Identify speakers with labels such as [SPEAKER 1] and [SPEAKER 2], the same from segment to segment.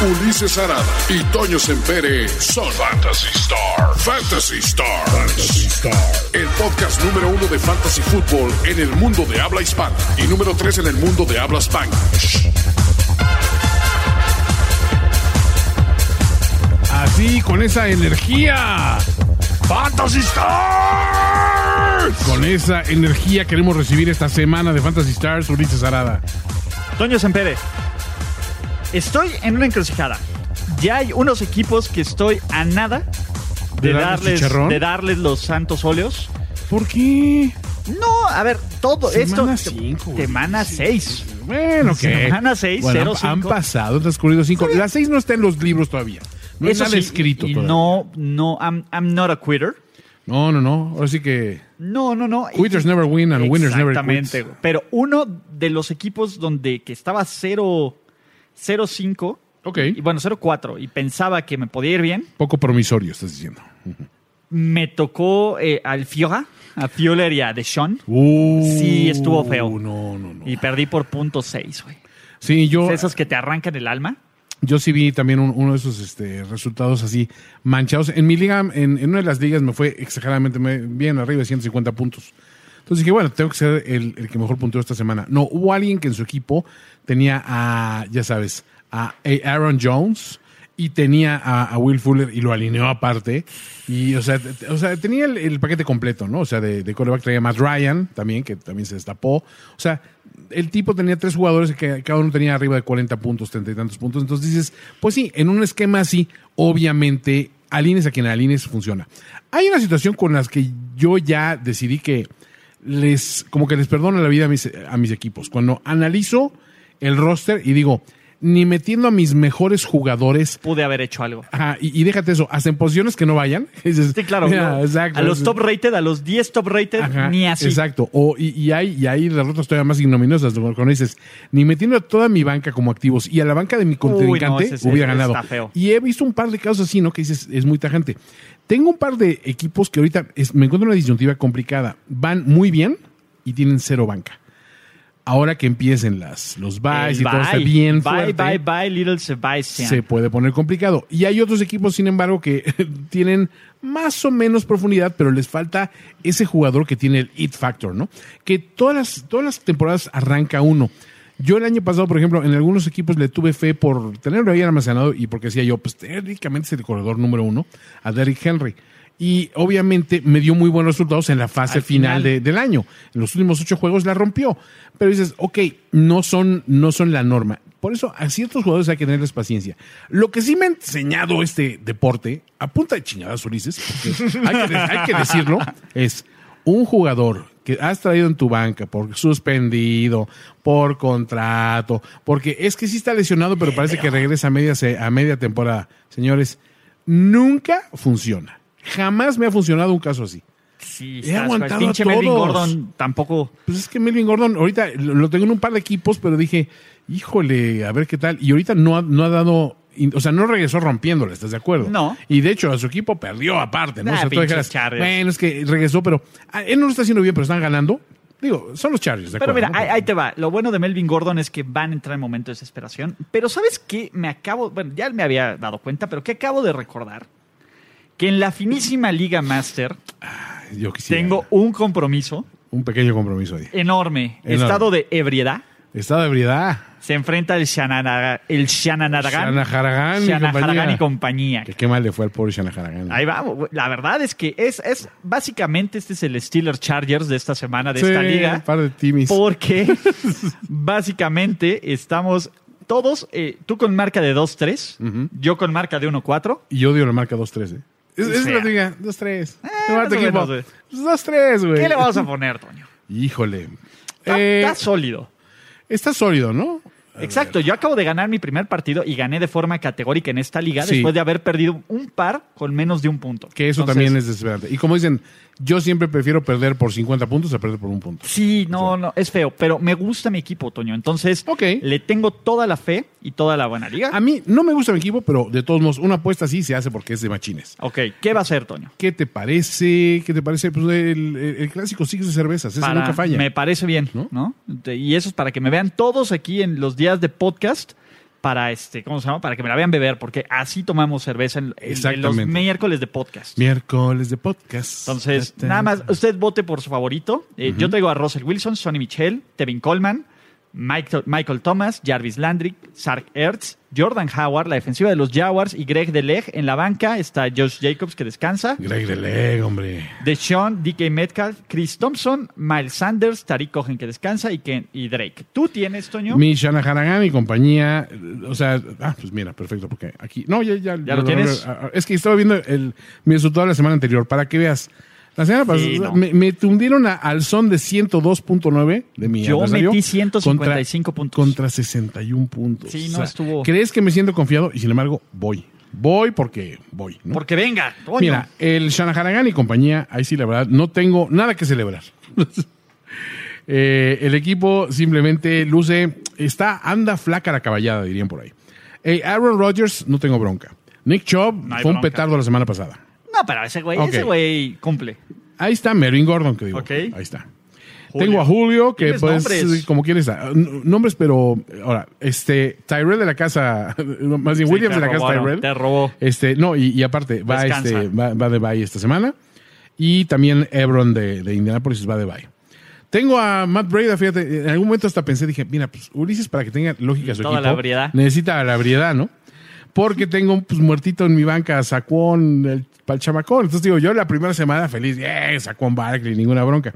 [SPEAKER 1] Ulises Arada y Toño Sempere son Fantasy Star. Fantasy Star. Fantasy Star. El podcast número uno de Fantasy Football en el mundo de habla hispana y número tres en el mundo de habla hispana.
[SPEAKER 2] Así, con esa energía. ¡Fantasy Stars! Con esa energía queremos recibir esta semana de Fantasy Stars, Ulises Arada.
[SPEAKER 3] Toño Sempere, estoy en una encrucijada. Ya hay unos equipos que estoy a nada de,
[SPEAKER 2] ¿De darles
[SPEAKER 3] darles,
[SPEAKER 2] chicharrón?
[SPEAKER 3] de darles los santos óleos.
[SPEAKER 2] ¿Por qué?
[SPEAKER 3] No, a ver, todo
[SPEAKER 2] Semana
[SPEAKER 3] esto.
[SPEAKER 2] cinco, güey.
[SPEAKER 3] semana 6.
[SPEAKER 2] Bueno, que.
[SPEAKER 3] Semana seis, cero,
[SPEAKER 2] han, han
[SPEAKER 3] cinco.
[SPEAKER 2] pasado, han transcurrido cinco. La seis no está en los libros todavía. No
[SPEAKER 3] Eso
[SPEAKER 2] está
[SPEAKER 3] sí,
[SPEAKER 2] escrito
[SPEAKER 3] y
[SPEAKER 2] todavía.
[SPEAKER 3] No, no, I'm, I'm not a quitter.
[SPEAKER 2] no, no, no. Ahora sí que.
[SPEAKER 3] No, no, no.
[SPEAKER 2] Quitters never win and winners never quit.
[SPEAKER 3] Exactamente. güey. Pero uno de los equipos donde que estaba 0 0-5,
[SPEAKER 2] Ok.
[SPEAKER 3] y bueno, 0-4, y pensaba que me podía ir bien,
[SPEAKER 2] Poco promisorio, estás diciendo.
[SPEAKER 3] me tocó eh, al Fiora, a Fioler y a Deshaun.
[SPEAKER 2] Uh,
[SPEAKER 3] Sí, estuvo feo.
[SPEAKER 2] No, no, no.
[SPEAKER 3] Y perdí por punto 6, güey.
[SPEAKER 2] Sí, yo.
[SPEAKER 3] Esos que te arrancan el alma.
[SPEAKER 2] Yo sí vi también un- uno de esos este, resultados así manchados. En mi liga, en, en una de las ligas me fue exageradamente me- bien arriba de 150 puntos. Entonces dije, bueno, tengo que ser el, el que mejor puntuó esta semana. No, hubo alguien que en su equipo tenía a, ya sabes, a a- Aaron Jones y tenía a, a Will Fuller y lo alineó aparte. Y, o sea, t- t- o sea tenía el, el paquete completo, ¿no? O sea, de, de quarterback traía a Matt Ryan también, que también se destapó. O sea, el tipo tenía tres jugadores que cada uno tenía arriba de 40 puntos, 30 y tantos puntos. Entonces dices, pues sí, en un esquema así, obviamente, alines a quien alines funciona. Hay una situación con las que yo ya decidí que les, como que les perdono la vida a mis, a mis equipos. Cuando analizo el roster y digo, ni metiendo a mis mejores jugadores
[SPEAKER 3] Pude haber hecho algo.
[SPEAKER 2] Ajá, y, y déjate eso, hasta en posiciones que no vayan. Dices,
[SPEAKER 3] Sí, claro.
[SPEAKER 2] mira,
[SPEAKER 3] no.
[SPEAKER 2] exacto.
[SPEAKER 3] a los top rated, a los 10 top rated,
[SPEAKER 2] Ajá,
[SPEAKER 3] ni así.
[SPEAKER 2] Exacto. O, y, y hay, y hay derrotas todavía más ignominiosas. ¿no? Cuando dices, ni metiendo a toda mi banca como activos y a la banca de mi contrincante
[SPEAKER 3] ese- ese-
[SPEAKER 2] hubiera
[SPEAKER 3] ese
[SPEAKER 2] ganado.
[SPEAKER 3] está feo.
[SPEAKER 2] Y he visto un par de casos así, ¿no? Que dices, es muy tajante. Tengo un par de equipos que ahorita es- me encuentro en una disyuntiva complicada. Van muy bien y tienen cero banca. Ahora que empiecen las, los buys y
[SPEAKER 3] El
[SPEAKER 2] todo está
[SPEAKER 3] Eh, bye,
[SPEAKER 2] bien
[SPEAKER 3] bye,
[SPEAKER 2] fuerte
[SPEAKER 3] bye, bye, little Sebastian.
[SPEAKER 2] se puede poner complicado. Y hay otros equipos, sin embargo, que tienen más o menos profundidad, pero les falta ese jugador que tiene el it factor, ¿no? Que todas las, todas las temporadas arranca uno. Yo el año pasado, por ejemplo, en algunos equipos le tuve fe por tenerlo ahí almacenado y porque decía yo, pues técnicamente es el corredor número uno a Derrick Henry. Y obviamente me dio muy buenos resultados en la fase
[SPEAKER 3] Al
[SPEAKER 2] final,
[SPEAKER 3] final.
[SPEAKER 2] de, del año. En los últimos ocho juegos la rompió. Pero dices, ok, no son, no son la norma. Por eso a ciertos jugadores hay que tenerles paciencia. Lo que sí me ha enseñado este deporte, a punta de chingadas, Ulises, porque hay que, de- hay que decirlo, es un jugador que has traído en tu banca por suspendido, por contrato, porque es que sí está lesionado, pero parece que regresa a media, se- a media temporada. Señores, nunca funciona. Jamás me ha funcionado un caso así.
[SPEAKER 3] Sí,
[SPEAKER 2] He
[SPEAKER 3] estás,
[SPEAKER 2] aguantado
[SPEAKER 3] el pinche
[SPEAKER 2] a todos.
[SPEAKER 3] Melvin Gordon tampoco.
[SPEAKER 2] Pues es que Melvin Gordon, ahorita lo lo tengo en un par de equipos, pero dije, híjole, a ver qué tal. Y ahorita no ha, no ha dado, in- o sea, no regresó rompiéndola, ¿estás de acuerdo?
[SPEAKER 3] No.
[SPEAKER 2] Y de hecho, a su equipo perdió aparte, ¿no?
[SPEAKER 3] Ah,
[SPEAKER 2] O sea, tú
[SPEAKER 3] pinches
[SPEAKER 2] dijeras,
[SPEAKER 3] Chargers.
[SPEAKER 2] bueno, es que regresó, pero ah, él no lo está haciendo bien, pero están ganando. Digo, son los Chargers, ¿de
[SPEAKER 3] Pero
[SPEAKER 2] acuerdo?
[SPEAKER 3] mira,
[SPEAKER 2] ¿no?
[SPEAKER 3] ahí, ahí te va. Lo bueno de Melvin Gordon es que van a entrar en momento de desesperación. Pero ¿sabes qué? Me acabo, bueno, ya me había dado cuenta, pero que acabo de recordar que en la finísima Liga Master
[SPEAKER 2] Yo quisiera
[SPEAKER 3] tengo un compromiso
[SPEAKER 2] un pequeño compromiso ahí.
[SPEAKER 3] enorme.
[SPEAKER 2] Enorme.
[SPEAKER 3] Estado de ebriedad.
[SPEAKER 2] Estado de ebriedad.
[SPEAKER 3] Se enfrenta el Shananaga- el Shananaragán.
[SPEAKER 2] Shanaharagán y
[SPEAKER 3] Shananaharagán
[SPEAKER 2] compañía.
[SPEAKER 3] y compañía.
[SPEAKER 2] Que qué mal le fue al pobre Shanaharagán.
[SPEAKER 3] Ahí va. La verdad es que es, es básicamente este es el Steelers Chargers de esta semana, de
[SPEAKER 2] Sí,
[SPEAKER 3] esta liga.
[SPEAKER 2] un par de timis.
[SPEAKER 3] Porque básicamente estamos todos, eh, tú con marca de 2-3, yo con marca de 1-4.
[SPEAKER 2] Y yo odio la marca 2-3, ¿eh? Es, es
[SPEAKER 3] sea.
[SPEAKER 2] la liga, 2-3. Qué mal
[SPEAKER 3] Eh, más
[SPEAKER 2] tu
[SPEAKER 3] o
[SPEAKER 2] equipo.
[SPEAKER 3] menos, güey.
[SPEAKER 2] 2-3, güey.
[SPEAKER 3] ¿Qué le vamos a poner, Toño?
[SPEAKER 2] Híjole.
[SPEAKER 3] Está,
[SPEAKER 2] Eh,
[SPEAKER 3] está sólido.
[SPEAKER 2] está sólido, ¿no?
[SPEAKER 3] Exacto, yo acabo de ganar mi primer partido y gané de forma categórica en esta liga
[SPEAKER 2] Sí.
[SPEAKER 3] después de haber perdido un par con menos de un punto.
[SPEAKER 2] Que eso
[SPEAKER 3] Entonces,
[SPEAKER 2] también es desesperante. Y como dicen, yo siempre prefiero perder por 50 puntos a perder por un punto.
[SPEAKER 3] Sí, no, no, es feo, pero me gusta mi equipo, Toño. Entonces,
[SPEAKER 2] Ok. Ah.
[SPEAKER 3] le tengo toda la fe y toda la buena liga.
[SPEAKER 2] A mí no me gusta mi equipo, pero de todos modos, una apuesta sí se hace porque es de machines.
[SPEAKER 3] Ok, ¿qué va a hacer, Toño?
[SPEAKER 2] ¿Qué te parece? ¿Qué te parece? Pues el, el- el clásico six de cervezas, ese
[SPEAKER 3] Para-
[SPEAKER 2] nunca falla.
[SPEAKER 3] Me parece bien,
[SPEAKER 2] ¿No?
[SPEAKER 3] ¿no? Te- Y eso es para que me vean todos aquí en los días de podcast para este, ¿cómo se llama? Para que me la vean beber, porque así tomamos cerveza en, en- en los
[SPEAKER 2] Exactamente.
[SPEAKER 3] miércoles de podcast.
[SPEAKER 2] Miércoles de podcast.
[SPEAKER 3] Entonces,
[SPEAKER 2] Ta, ta,
[SPEAKER 3] nada más,
[SPEAKER 2] ta.
[SPEAKER 3] usted vote por su favorito. Eh, Yo traigo a Russell Wilson, Sonny Michel, Tevin Coleman, Michael, Michael Thomas, Jarvis Landry, Sark Ertz, Jordan Howard, la defensiva de los Jaguars y Greg Deleg. En la banca está Josh Jacobs, que descansa.
[SPEAKER 2] Greg de Leg, hombre.
[SPEAKER 3] Deshaun, DK Metcalf, Chris Thompson, Miles Sanders, Tariq Cohen, que descansa, y, Ken- y Drake. ¿Tú tienes, Toño?
[SPEAKER 2] Mi Shanahan y compañía. O sea, ah, pues mira, perfecto, porque aquí. No, ya, ya,
[SPEAKER 3] lo tienes?
[SPEAKER 2] ah, ah, Es que estaba viendo el, mi resultado de la semana anterior, para que veas. La semana pasada
[SPEAKER 3] Sí, no.
[SPEAKER 2] me, me tundieron a- al son de 102.9 de mi
[SPEAKER 3] Yo
[SPEAKER 2] adversario
[SPEAKER 3] metí 155 puntos.
[SPEAKER 2] Contra 61 puntos.
[SPEAKER 3] Sí, no estuvo-
[SPEAKER 2] ¿Crees que me siento confiado? Y sin embargo, voy. Voy porque voy. ¿no?
[SPEAKER 3] Porque venga, Toño.
[SPEAKER 2] Mira, el Shanahan y compañía, ahí sí la verdad, no tengo nada que celebrar. Eh, el equipo simplemente luce, está, anda flaca la caballada, dirían por ahí. Eh, Aaron Rodgers, no tengo bronca. Nick Chubb
[SPEAKER 3] No hay
[SPEAKER 2] fue un
[SPEAKER 3] bronca.
[SPEAKER 2] petardo la semana pasada.
[SPEAKER 3] No, pero ese güey,
[SPEAKER 2] Ok.
[SPEAKER 3] ese güey cumple.
[SPEAKER 2] Ahí está Mervyn Gordon, que digo.
[SPEAKER 3] Ok.
[SPEAKER 2] Ahí está.
[SPEAKER 3] Julio.
[SPEAKER 2] Tengo a Julio, que
[SPEAKER 3] Tienes
[SPEAKER 2] pues,
[SPEAKER 3] nombres.
[SPEAKER 2] eh, como quieres, ah, n- nombres, pero ahora, este, Tyrell de la casa, más bien
[SPEAKER 3] Sí,
[SPEAKER 2] Williams
[SPEAKER 3] te
[SPEAKER 2] de la casa
[SPEAKER 3] robaron,
[SPEAKER 2] Tyrell.
[SPEAKER 3] te robó.
[SPEAKER 2] Este, no, y, y aparte, va,
[SPEAKER 3] Descansa.
[SPEAKER 2] este, va, va de bye esta semana. Y también Ebron de, de Indianapolis va de bye. Tengo a Matt Breda, fíjate, en algún momento hasta pensé, dije, mira, pues Ulises para que tenga lógica su
[SPEAKER 3] Toda
[SPEAKER 2] equipo,
[SPEAKER 3] la variedad.
[SPEAKER 2] Necesita la variedad, ¿no? Porque tengo pues muertito en mi banca a Saquon, el, pa'l chamacón. Entonces digo, yo la primera semana feliz, eh, Saquon Barkley, ninguna bronca.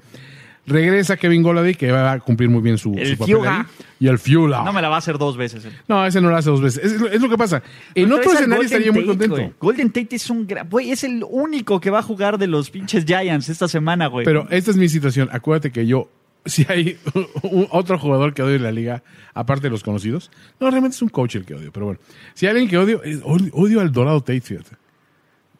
[SPEAKER 2] Regresa Kevin Golady, que va a cumplir muy bien su,
[SPEAKER 3] El
[SPEAKER 2] su papel.
[SPEAKER 3] Fiuga.
[SPEAKER 2] ahí. Y el Fiula.
[SPEAKER 3] No me la va a hacer dos veces. eh. él.
[SPEAKER 2] No, ese no lo hace dos veces. Es, lo- es lo que pasa. En
[SPEAKER 3] Pero
[SPEAKER 2] otro
[SPEAKER 3] traes al
[SPEAKER 2] escenario
[SPEAKER 3] Golden
[SPEAKER 2] estaría muy
[SPEAKER 3] Tate,
[SPEAKER 2] contento.
[SPEAKER 3] güey. Golden Tate es un gran. Güey, es el único que va a jugar de los pinches Giants esta semana, güey.
[SPEAKER 2] Pero esta es mi situación. Acuérdate que yo, si hay un- otro jugador que odio en la liga, aparte de los conocidos, no, realmente es un coach el que odio, pero bueno. Si hay alguien que odio, es- odio, odio al Dorado Tate, fíjate.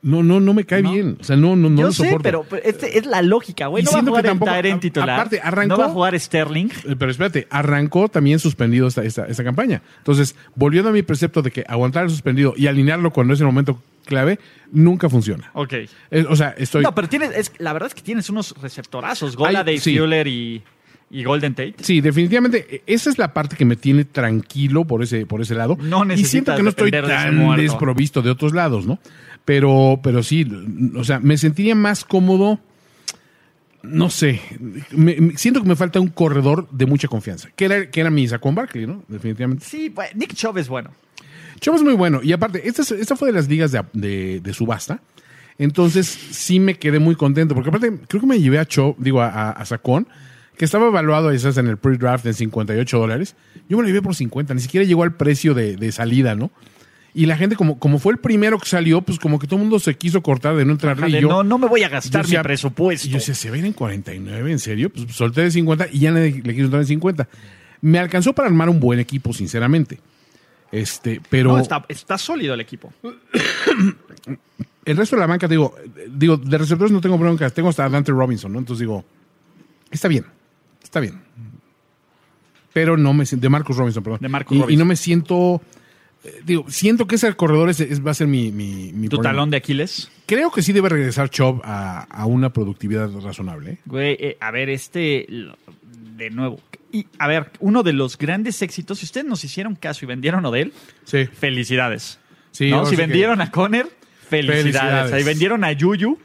[SPEAKER 2] No, no, no me cae
[SPEAKER 3] No.
[SPEAKER 2] bien. O sea, no, no, no
[SPEAKER 3] Yo
[SPEAKER 2] lo
[SPEAKER 3] sé,
[SPEAKER 2] soporto.
[SPEAKER 3] pero pero este es la lógica, güey.
[SPEAKER 2] Y
[SPEAKER 3] No va a
[SPEAKER 2] siento
[SPEAKER 3] jugar
[SPEAKER 2] que
[SPEAKER 3] el
[SPEAKER 2] tampoco-
[SPEAKER 3] Tyrant
[SPEAKER 2] a-
[SPEAKER 3] titular.
[SPEAKER 2] aparte, arrancó-
[SPEAKER 3] No va a jugar Sterling.
[SPEAKER 2] Eh, Pero espérate, arrancó también suspendido esta, esta, esta campaña. Entonces, volviendo a mi precepto de que aguantar el suspendido y alinearlo cuando es el momento clave, nunca funciona.
[SPEAKER 3] Ok.
[SPEAKER 2] Eh, O sea, estoy...
[SPEAKER 3] No, pero tienes, es, la verdad es que tienes unos receptorazos. Gola de
[SPEAKER 2] sí.
[SPEAKER 3] Fuller y, y Golden Tate.
[SPEAKER 2] Sí, definitivamente eh, esa es la parte que me tiene tranquilo por ese por ese lado.
[SPEAKER 3] No
[SPEAKER 2] y siento
[SPEAKER 3] necesitas
[SPEAKER 2] que no estoy
[SPEAKER 3] depender de ese
[SPEAKER 2] tan
[SPEAKER 3] muerto.
[SPEAKER 2] desprovisto de otros lados, ¿no? Pero pero sí, l- o sea, me sentiría más cómodo no sé, me- me- siento que me falta un corredor de mucha confianza, que era, que era mi Saquon Barkley, ¿no? Definitivamente.
[SPEAKER 3] Sí, güey, Nick Chubb es bueno.
[SPEAKER 2] Chavo es muy bueno. Y aparte, esta, es- esta fue de las ligas de, de- de subasta. Entonces, sí me quedé muy contento. Porque aparte, creo que me llevé a Cho, digo, a, a, a Sacón, que estaba evaluado esas en el pre-draft en 58 dólares. Yo me lo llevé por 50. Ni siquiera llegó al precio de, de salida, ¿no? Y la gente, como, como fue el primero que salió, pues como que todo el mundo se quiso cortar de no entrarle.
[SPEAKER 3] Jale,
[SPEAKER 2] y yo,
[SPEAKER 3] no, no me voy a
[SPEAKER 2] yo
[SPEAKER 3] gastar
[SPEAKER 2] decía-
[SPEAKER 3] mi presupuesto.
[SPEAKER 2] Y yo decía, ¿se va a ir en 49? ¿En serio? Pues solté de 50 y ya le, le quiso entrar en 50. Me alcanzó para armar un buen equipo, sinceramente. Este, pero.
[SPEAKER 3] No, está, está sólido el equipo.
[SPEAKER 2] el resto de la banca, te digo, eh, digo, de receptores no tengo broncas, tengo hasta a Dante Robinson, ¿no? Entonces digo, está bien, está bien. Pero no me siento, de Marcus Robinson, perdón.
[SPEAKER 3] De Marcus
[SPEAKER 2] y,
[SPEAKER 3] Robinson.
[SPEAKER 2] y no me siento, eh, digo, siento que ese corredor es- es- va a ser mi, mi, mi
[SPEAKER 3] Tu
[SPEAKER 2] problema.
[SPEAKER 3] talón de Aquiles.
[SPEAKER 2] Creo que sí debe regresar Chubb a, a una productividad razonable. ¿eh?
[SPEAKER 3] Güey, eh, a ver, este. lo- De nuevo. Y, a ver, uno de los grandes éxitos, si ustedes nos hicieron caso y vendieron a Odell,
[SPEAKER 2] Sí.
[SPEAKER 3] felicidades.
[SPEAKER 2] Sí,
[SPEAKER 3] ¿No?
[SPEAKER 2] ahora
[SPEAKER 3] Si
[SPEAKER 2] sí que-
[SPEAKER 3] vendieron a Conner, felicidades.
[SPEAKER 2] Felicidades.
[SPEAKER 3] Si vendieron a Yuyu,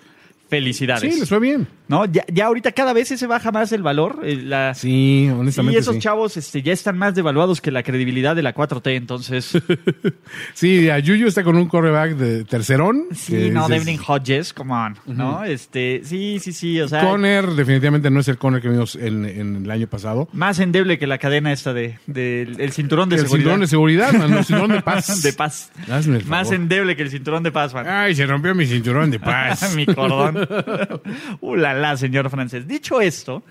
[SPEAKER 3] felicidades.
[SPEAKER 2] Sí, les fue bien.
[SPEAKER 3] ¿No? Ya, ya ahorita cada vez ese baja más el valor. eh, la-
[SPEAKER 2] Sí,
[SPEAKER 3] y
[SPEAKER 2] honestamente.
[SPEAKER 3] esos
[SPEAKER 2] sí.
[SPEAKER 3] chavos este, ya están más devaluados que la credibilidad de la 4T, entonces.
[SPEAKER 2] Sí, a Yuyu está con un correback de tercerón.
[SPEAKER 3] Sí,
[SPEAKER 2] que
[SPEAKER 3] no,
[SPEAKER 2] dices,
[SPEAKER 3] Devlin Hodges, come on, ¿no? Este, sí, sí, sí, o sea,
[SPEAKER 2] Conner definitivamente no es el Conner que vimos en- en el año pasado.
[SPEAKER 3] más endeble que la cadena esta de, del- el cinturón de
[SPEAKER 2] el
[SPEAKER 3] seguridad.
[SPEAKER 2] cinturón de seguridad, mano, el cinturón de paz.
[SPEAKER 3] De paz.
[SPEAKER 2] Hazme el
[SPEAKER 3] Más
[SPEAKER 2] favor. Ah.
[SPEAKER 3] endeble que el cinturón de paz, man.
[SPEAKER 2] Ay, se rompió mi cinturón de paz.
[SPEAKER 3] Mi cordón. Uh, la, la, señor francés. Dicho esto,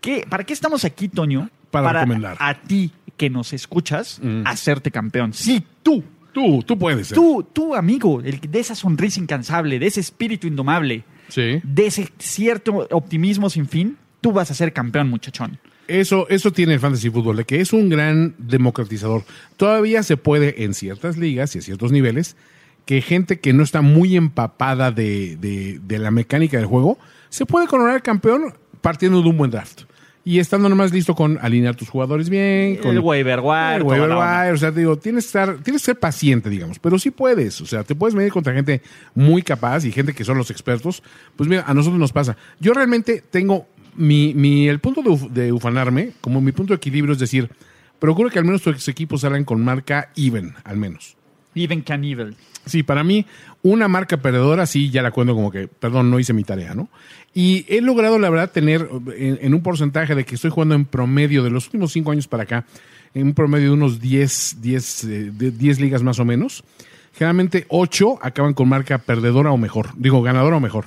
[SPEAKER 3] ¿qué, ¿para qué estamos aquí, Toño?
[SPEAKER 2] para,
[SPEAKER 3] para
[SPEAKER 2] recomendar. Mm.
[SPEAKER 3] a ti que nos escuchas hacerte campeón. Sí, tú,
[SPEAKER 2] Tú, tú puedes. ser.
[SPEAKER 3] tú, tú amigo, el, de esa sonrisa incansable, de ese espíritu indomable,
[SPEAKER 2] Sí.
[SPEAKER 3] de ese cierto optimismo sin fin, tú vas a ser campeón, muchachón.
[SPEAKER 2] Eso, eso tiene el fantasy fútbol, de que es un gran democratizador. Todavía se puede en ciertas ligas y a ciertos niveles que gente que no está muy empapada de, de- de la mecánica del juego se puede coronar campeón partiendo de un buen draft. Y estando nomás listo con alinear tus jugadores bien, con
[SPEAKER 3] el waiver wire,
[SPEAKER 2] el
[SPEAKER 3] toda
[SPEAKER 2] waiver
[SPEAKER 3] la onda.
[SPEAKER 2] wire, o sea, te digo, tienes que estar, tienes que ser paciente, digamos, pero sí puedes, o sea, te puedes medir contra gente muy capaz y gente que son los expertos. Pues mira, a nosotros nos pasa. Yo realmente tengo mi, mi el punto de, uf- de ufanarme, como mi punto de equilibrio, es decir, procuro que al menos tus equipos salgan con marca even, al menos.
[SPEAKER 3] Even Cannibal.
[SPEAKER 2] Sí, para mí, una marca perdedora, sí, ya la cuento como que, perdón, no hice mi tarea, ¿no? Y he logrado, la verdad, tener en, en un porcentaje de que estoy jugando en promedio de los últimos cinco años para acá, en un promedio de unos 10, 10, eh, de 10 ligas más o menos. Generalmente 8 acaban con marca perdedora o mejor, digo, ganadora o mejor.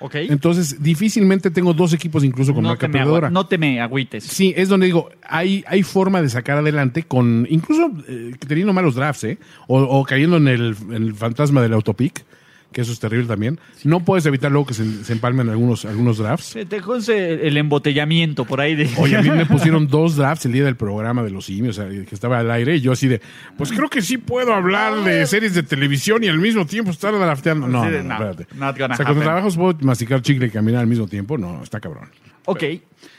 [SPEAKER 3] ¿Ok?
[SPEAKER 2] Entonces, difícilmente tengo dos equipos incluso con
[SPEAKER 3] no,
[SPEAKER 2] marca
[SPEAKER 3] te me agua-
[SPEAKER 2] perdedora.
[SPEAKER 3] no te me agüites.
[SPEAKER 2] Sí, es donde digo, hay, hay forma de sacar adelante con, incluso eh, teniendo malos drafts, ¿eh? O, o cayendo en el, en el fantasma del autopic, que eso es terrible también. No puedes evitar luego que se, se empalmen algunos, algunos drafts.
[SPEAKER 3] Se te jose el embotellamiento por ahí de.
[SPEAKER 2] Oye, a mí me pusieron dos drafts el día del programa de los simios, o sea, que estaba al aire, y yo así de, pues creo que sí puedo hablar de series de televisión y al mismo tiempo estar drafteando. No,
[SPEAKER 3] Ah. Sí,
[SPEAKER 2] no, no,
[SPEAKER 3] no,
[SPEAKER 2] espérate.
[SPEAKER 3] not gonna
[SPEAKER 2] o sea, con
[SPEAKER 3] happen.
[SPEAKER 2] trabajos puedo masticar chicle y caminar al mismo tiempo. No, está cabrón.
[SPEAKER 3] Ok.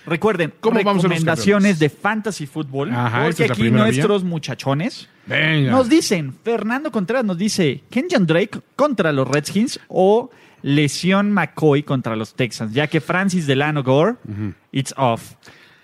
[SPEAKER 3] Recuerden,
[SPEAKER 2] ¿Cómo vamos a los
[SPEAKER 3] recomendaciones
[SPEAKER 2] campeones?
[SPEAKER 3] de fantasy fútbol.
[SPEAKER 2] Ajá, esa
[SPEAKER 3] porque
[SPEAKER 2] es la
[SPEAKER 3] aquí
[SPEAKER 2] primera vía.
[SPEAKER 3] nuestros muchachones
[SPEAKER 2] Venga.
[SPEAKER 3] nos dicen: Fernando Contreras nos dice Kenyan Drake contra los Redskins o Lesión McCoy contra los Texans, ya que Francis Delano Gore, it's off.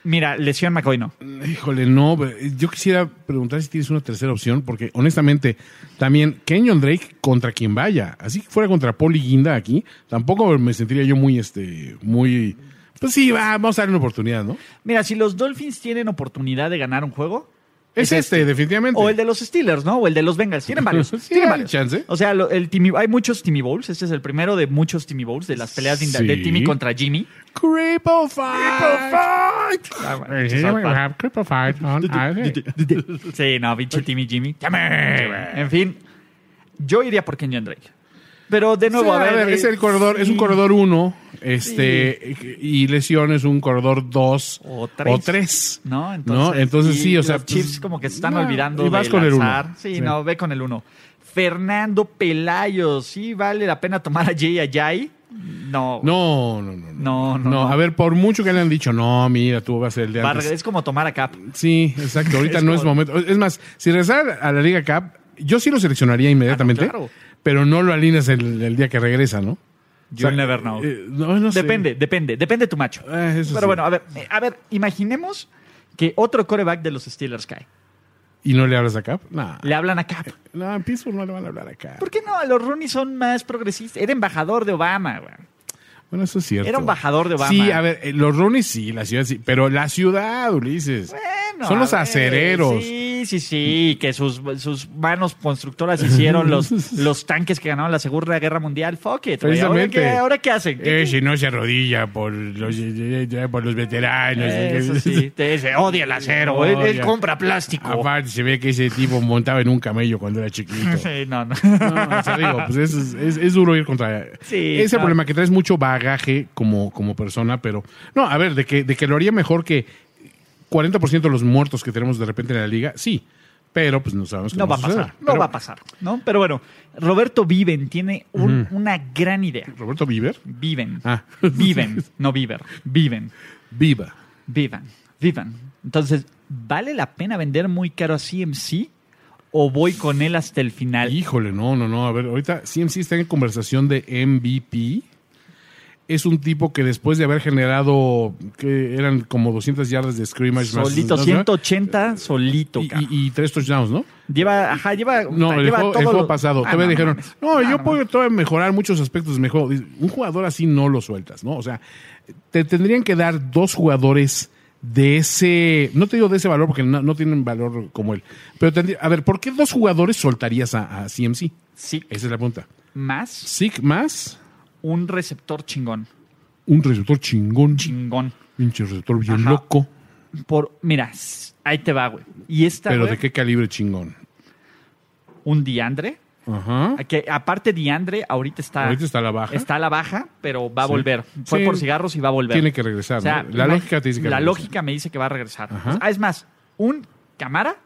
[SPEAKER 3] Mira, Lesión McCoy no.
[SPEAKER 2] Híjole, no. Yo quisiera preguntar si tienes una tercera opción, porque honestamente, también Kenyon Drake contra quien vaya. Así que fuera contra Poli Guinda aquí, tampoco me sentiría yo muy, este, muy. Pues sí, va, vamos a darle una oportunidad, ¿no?
[SPEAKER 3] Mira, si los Dolphins tienen oportunidad de ganar un juego,
[SPEAKER 2] Es, este, definitivamente.
[SPEAKER 3] O el de los Steelers, ¿no? O el de los Bengals. Tienen varios.
[SPEAKER 2] Sí,
[SPEAKER 3] tienen
[SPEAKER 2] hay
[SPEAKER 3] varios.
[SPEAKER 2] chance.
[SPEAKER 3] O sea, lo- el Timmy- hay muchos Timmy Bowls. Este es el primero de muchos Timmy Bowls, de las peleas de, de
[SPEAKER 2] Sí.
[SPEAKER 3] Timmy contra Jimmy.
[SPEAKER 2] Cripple Fight.
[SPEAKER 3] Ah, bueno,
[SPEAKER 2] Cripple Fight.
[SPEAKER 3] South Park.
[SPEAKER 2] Cripple Fight on
[SPEAKER 3] Ah,
[SPEAKER 2] ice.
[SPEAKER 3] Sí, no, pinche Timmy Jimmy. Llame. En fin, yo iría por Kenyon Drake. Pero de nuevo,
[SPEAKER 2] Sí,
[SPEAKER 3] a ver.
[SPEAKER 2] es el
[SPEAKER 3] eh,
[SPEAKER 2] corredor, es un
[SPEAKER 3] sí.
[SPEAKER 2] corredor 1, este, y lesión es un corredor 2
[SPEAKER 3] O tres.
[SPEAKER 2] tres.
[SPEAKER 3] ¿No? Entonces,
[SPEAKER 2] Entonces
[SPEAKER 3] y
[SPEAKER 2] sí, o sea,
[SPEAKER 3] Los Chiefs
[SPEAKER 2] pues,
[SPEAKER 3] como que se están
[SPEAKER 2] no,
[SPEAKER 3] olvidando
[SPEAKER 2] y vas
[SPEAKER 3] de
[SPEAKER 2] con el uno.
[SPEAKER 3] lanzar. Sí,
[SPEAKER 2] Sí.
[SPEAKER 3] no, ve con el uno. Fernando Pelayo, ¿sí vale la pena tomar a Jay Ajay? No.
[SPEAKER 2] No, no, no,
[SPEAKER 3] No, no,
[SPEAKER 2] No,
[SPEAKER 3] no.
[SPEAKER 2] a ver, por mucho que le han dicho, no, mira, tú vas a ser el de
[SPEAKER 3] Va a
[SPEAKER 2] antes.
[SPEAKER 3] reg- es como tomar a Cap.
[SPEAKER 2] Sí, exacto, ahorita
[SPEAKER 3] Es
[SPEAKER 2] no es
[SPEAKER 3] como-
[SPEAKER 2] momento. Es más, si regresara a la Liga Cup, yo sí lo seleccionaría inmediatamente,
[SPEAKER 3] Ah, claro.
[SPEAKER 2] pero no lo alineas el, el día que regresa, ¿no?
[SPEAKER 3] You'll
[SPEAKER 2] O sea,
[SPEAKER 3] never know.
[SPEAKER 2] eh, no, no sé.
[SPEAKER 3] Depende, depende, depende tu macho.
[SPEAKER 2] Eh, eso
[SPEAKER 3] Pero
[SPEAKER 2] sí.
[SPEAKER 3] bueno, a ver, eh, a ver, imaginemos que otro coreback de los Steelers cae.
[SPEAKER 2] ¿Y no le hablas a Cup? No,
[SPEAKER 3] Le hablan a Cap.
[SPEAKER 2] no, en Pittsburgh no le van a hablar a Cup.
[SPEAKER 3] ¿Por qué no? Los Rooney son más progresistas. Era embajador de Obama, güey.
[SPEAKER 2] Bueno, eso es cierto.
[SPEAKER 3] Era embajador de Obama.
[SPEAKER 2] Sí, a ver, eh, los Roonies sí, la ciudad sí, pero la ciudad, Ulises.
[SPEAKER 3] Bueno,
[SPEAKER 2] Son
[SPEAKER 3] a
[SPEAKER 2] los
[SPEAKER 3] ver,
[SPEAKER 2] acereros.
[SPEAKER 3] Sí, sí, sí. Que sus, sus manos constructoras hicieron los, los tanques que ganaron la Segunda Guerra Mundial. Fuck it, güey. ¿Ahora
[SPEAKER 2] Precisamente.
[SPEAKER 3] qué, ahora qué hacen? ¿Qué-
[SPEAKER 2] Eh, si no se arrodilla por los, eh, eh, por los veteranos. eh,
[SPEAKER 3] Eso sí, te dice, odia el acero. él, él
[SPEAKER 2] Odia. Ah,
[SPEAKER 3] compra plástico.
[SPEAKER 2] Aparte, se ve que ese tipo montaba en un camello cuando era chiquito.
[SPEAKER 3] Sí, no, no.
[SPEAKER 2] No, o sea, digo, pues es, es- es duro ir contra.
[SPEAKER 3] Sí,
[SPEAKER 2] es el
[SPEAKER 3] claro.
[SPEAKER 2] problema que traes mucho bagaje como, como persona, pero. No, a ver, de que, de que lo haría mejor que 40% de los muertos que tenemos de repente en la liga, sí. Pero pues no sabemos qué
[SPEAKER 3] No va a
[SPEAKER 2] suceder.
[SPEAKER 3] pasar, no
[SPEAKER 2] Pero,
[SPEAKER 3] va a pasar, ¿no? Pero bueno, Roberto Viven tiene un- una gran idea.
[SPEAKER 2] ¿Roberto Bieber?
[SPEAKER 3] Viven,
[SPEAKER 2] Ah.
[SPEAKER 3] viven, no Bieber, viven,
[SPEAKER 2] Viva.
[SPEAKER 3] vivan, vivan. Entonces, ¿vale la pena vender muy caro a CMC o voy con él hasta el final?
[SPEAKER 2] Híjole, no, no, no. A ver, ahorita CMC está en conversación de MVP. Es un tipo que después de haber generado que eran como 200 yardas de scrimmage más-
[SPEAKER 3] Solito,
[SPEAKER 2] ¿no? Eh,
[SPEAKER 3] 180 solito,
[SPEAKER 2] y,
[SPEAKER 3] cabrón.
[SPEAKER 2] y- y tres touchdowns, ¿no?
[SPEAKER 3] Lleva, ajá, lleva.
[SPEAKER 2] No, el
[SPEAKER 3] lleva
[SPEAKER 2] juego, el
[SPEAKER 3] todo
[SPEAKER 2] juego
[SPEAKER 3] lo-
[SPEAKER 2] pasado.
[SPEAKER 3] Ah,
[SPEAKER 2] todavía dijeron,
[SPEAKER 3] mames.
[SPEAKER 2] no,
[SPEAKER 3] Ah,
[SPEAKER 2] yo puedo
[SPEAKER 3] mames.
[SPEAKER 2] todavía mejorar muchos aspectos de mi juego. Dice, Un jugador así no lo sueltas, ¿no? O sea, te tendrían que dar dos jugadores de ese, no te digo de ese valor porque no, no tienen valor como él, pero tendría- a ver, ¿por qué dos jugadores soltarías a, a CMC?
[SPEAKER 3] Sí,
[SPEAKER 2] Esa es la punta.
[SPEAKER 3] más
[SPEAKER 2] Sig más
[SPEAKER 3] un receptor chingón,
[SPEAKER 2] un receptor chingón,
[SPEAKER 3] chingón.
[SPEAKER 2] pinche receptor bien
[SPEAKER 3] Ajá.
[SPEAKER 2] loco.
[SPEAKER 3] por. Mira, s- ahí te va, güey. Y esta.
[SPEAKER 2] Pero
[SPEAKER 3] güey,
[SPEAKER 2] de qué calibre chingón.
[SPEAKER 3] Un Diandre.
[SPEAKER 2] Ajá.
[SPEAKER 3] Que aparte Diandre, ahorita está.
[SPEAKER 2] Ahorita está a la baja.
[SPEAKER 3] Está a la baja, pero va a
[SPEAKER 2] Sí.
[SPEAKER 3] volver. Fue
[SPEAKER 2] Sí.
[SPEAKER 3] por cigarros y va a volver.
[SPEAKER 2] Tiene que regresar.
[SPEAKER 3] O sea,
[SPEAKER 2] ¿no? La
[SPEAKER 3] ima-
[SPEAKER 2] lógica te dice que
[SPEAKER 3] La
[SPEAKER 2] regrese.
[SPEAKER 3] lógica me dice que va a regresar.
[SPEAKER 2] Ajá.
[SPEAKER 3] Ah, es más, un Camara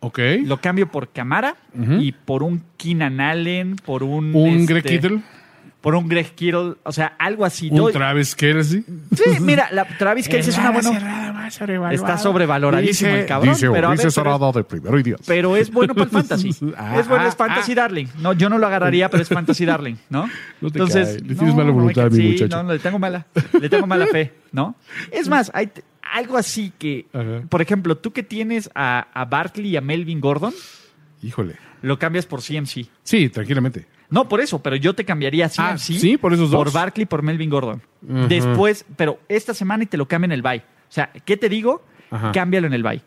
[SPEAKER 2] Ok.
[SPEAKER 3] lo cambio por Camara y por un Keenan Allen, por un.
[SPEAKER 2] Un
[SPEAKER 3] este,
[SPEAKER 2] Greg Kittle.
[SPEAKER 3] Por un Greg Kittle. O sea, algo así.
[SPEAKER 2] Un
[SPEAKER 3] Doy-
[SPEAKER 2] Travis Kelsey.
[SPEAKER 3] sí, mira, la, Travis Kelce es una buena. Está sobrevaloradísimo el cabrón,
[SPEAKER 2] Dice
[SPEAKER 3] pero a
[SPEAKER 2] Ulises
[SPEAKER 3] ver, pero-
[SPEAKER 2] Sorado de primero y diez.
[SPEAKER 3] Pero es bueno para el fantasy.
[SPEAKER 2] Ah,
[SPEAKER 3] es bueno, es
[SPEAKER 2] ah,
[SPEAKER 3] fantasy darling. No, yo no lo agarraría, pero es fantasy darling, ¿no?
[SPEAKER 2] No te cae. Le tienes mala voluntad
[SPEAKER 3] me
[SPEAKER 2] a mi
[SPEAKER 3] cae. Sí,
[SPEAKER 2] muchacho.
[SPEAKER 3] No, le tengo mala, le tengo mala fe, ¿no? Es más, hay t- algo así que,
[SPEAKER 2] Ajá.
[SPEAKER 3] por ejemplo, tú que tienes a, a Barkley y a Melvin Gordon,
[SPEAKER 2] Híjole.
[SPEAKER 3] lo cambias por CMC.
[SPEAKER 2] Sí, tranquilamente.
[SPEAKER 3] No, por eso, pero yo te cambiaría a CMC.
[SPEAKER 2] Ah, sí, por esos dos.
[SPEAKER 3] Por Barkley, por Melvin Gordon. Después, pero esta semana y te lo cambian el bye. O sea, ¿qué te digo?
[SPEAKER 2] Ajá.
[SPEAKER 3] Cámbialo en el bye.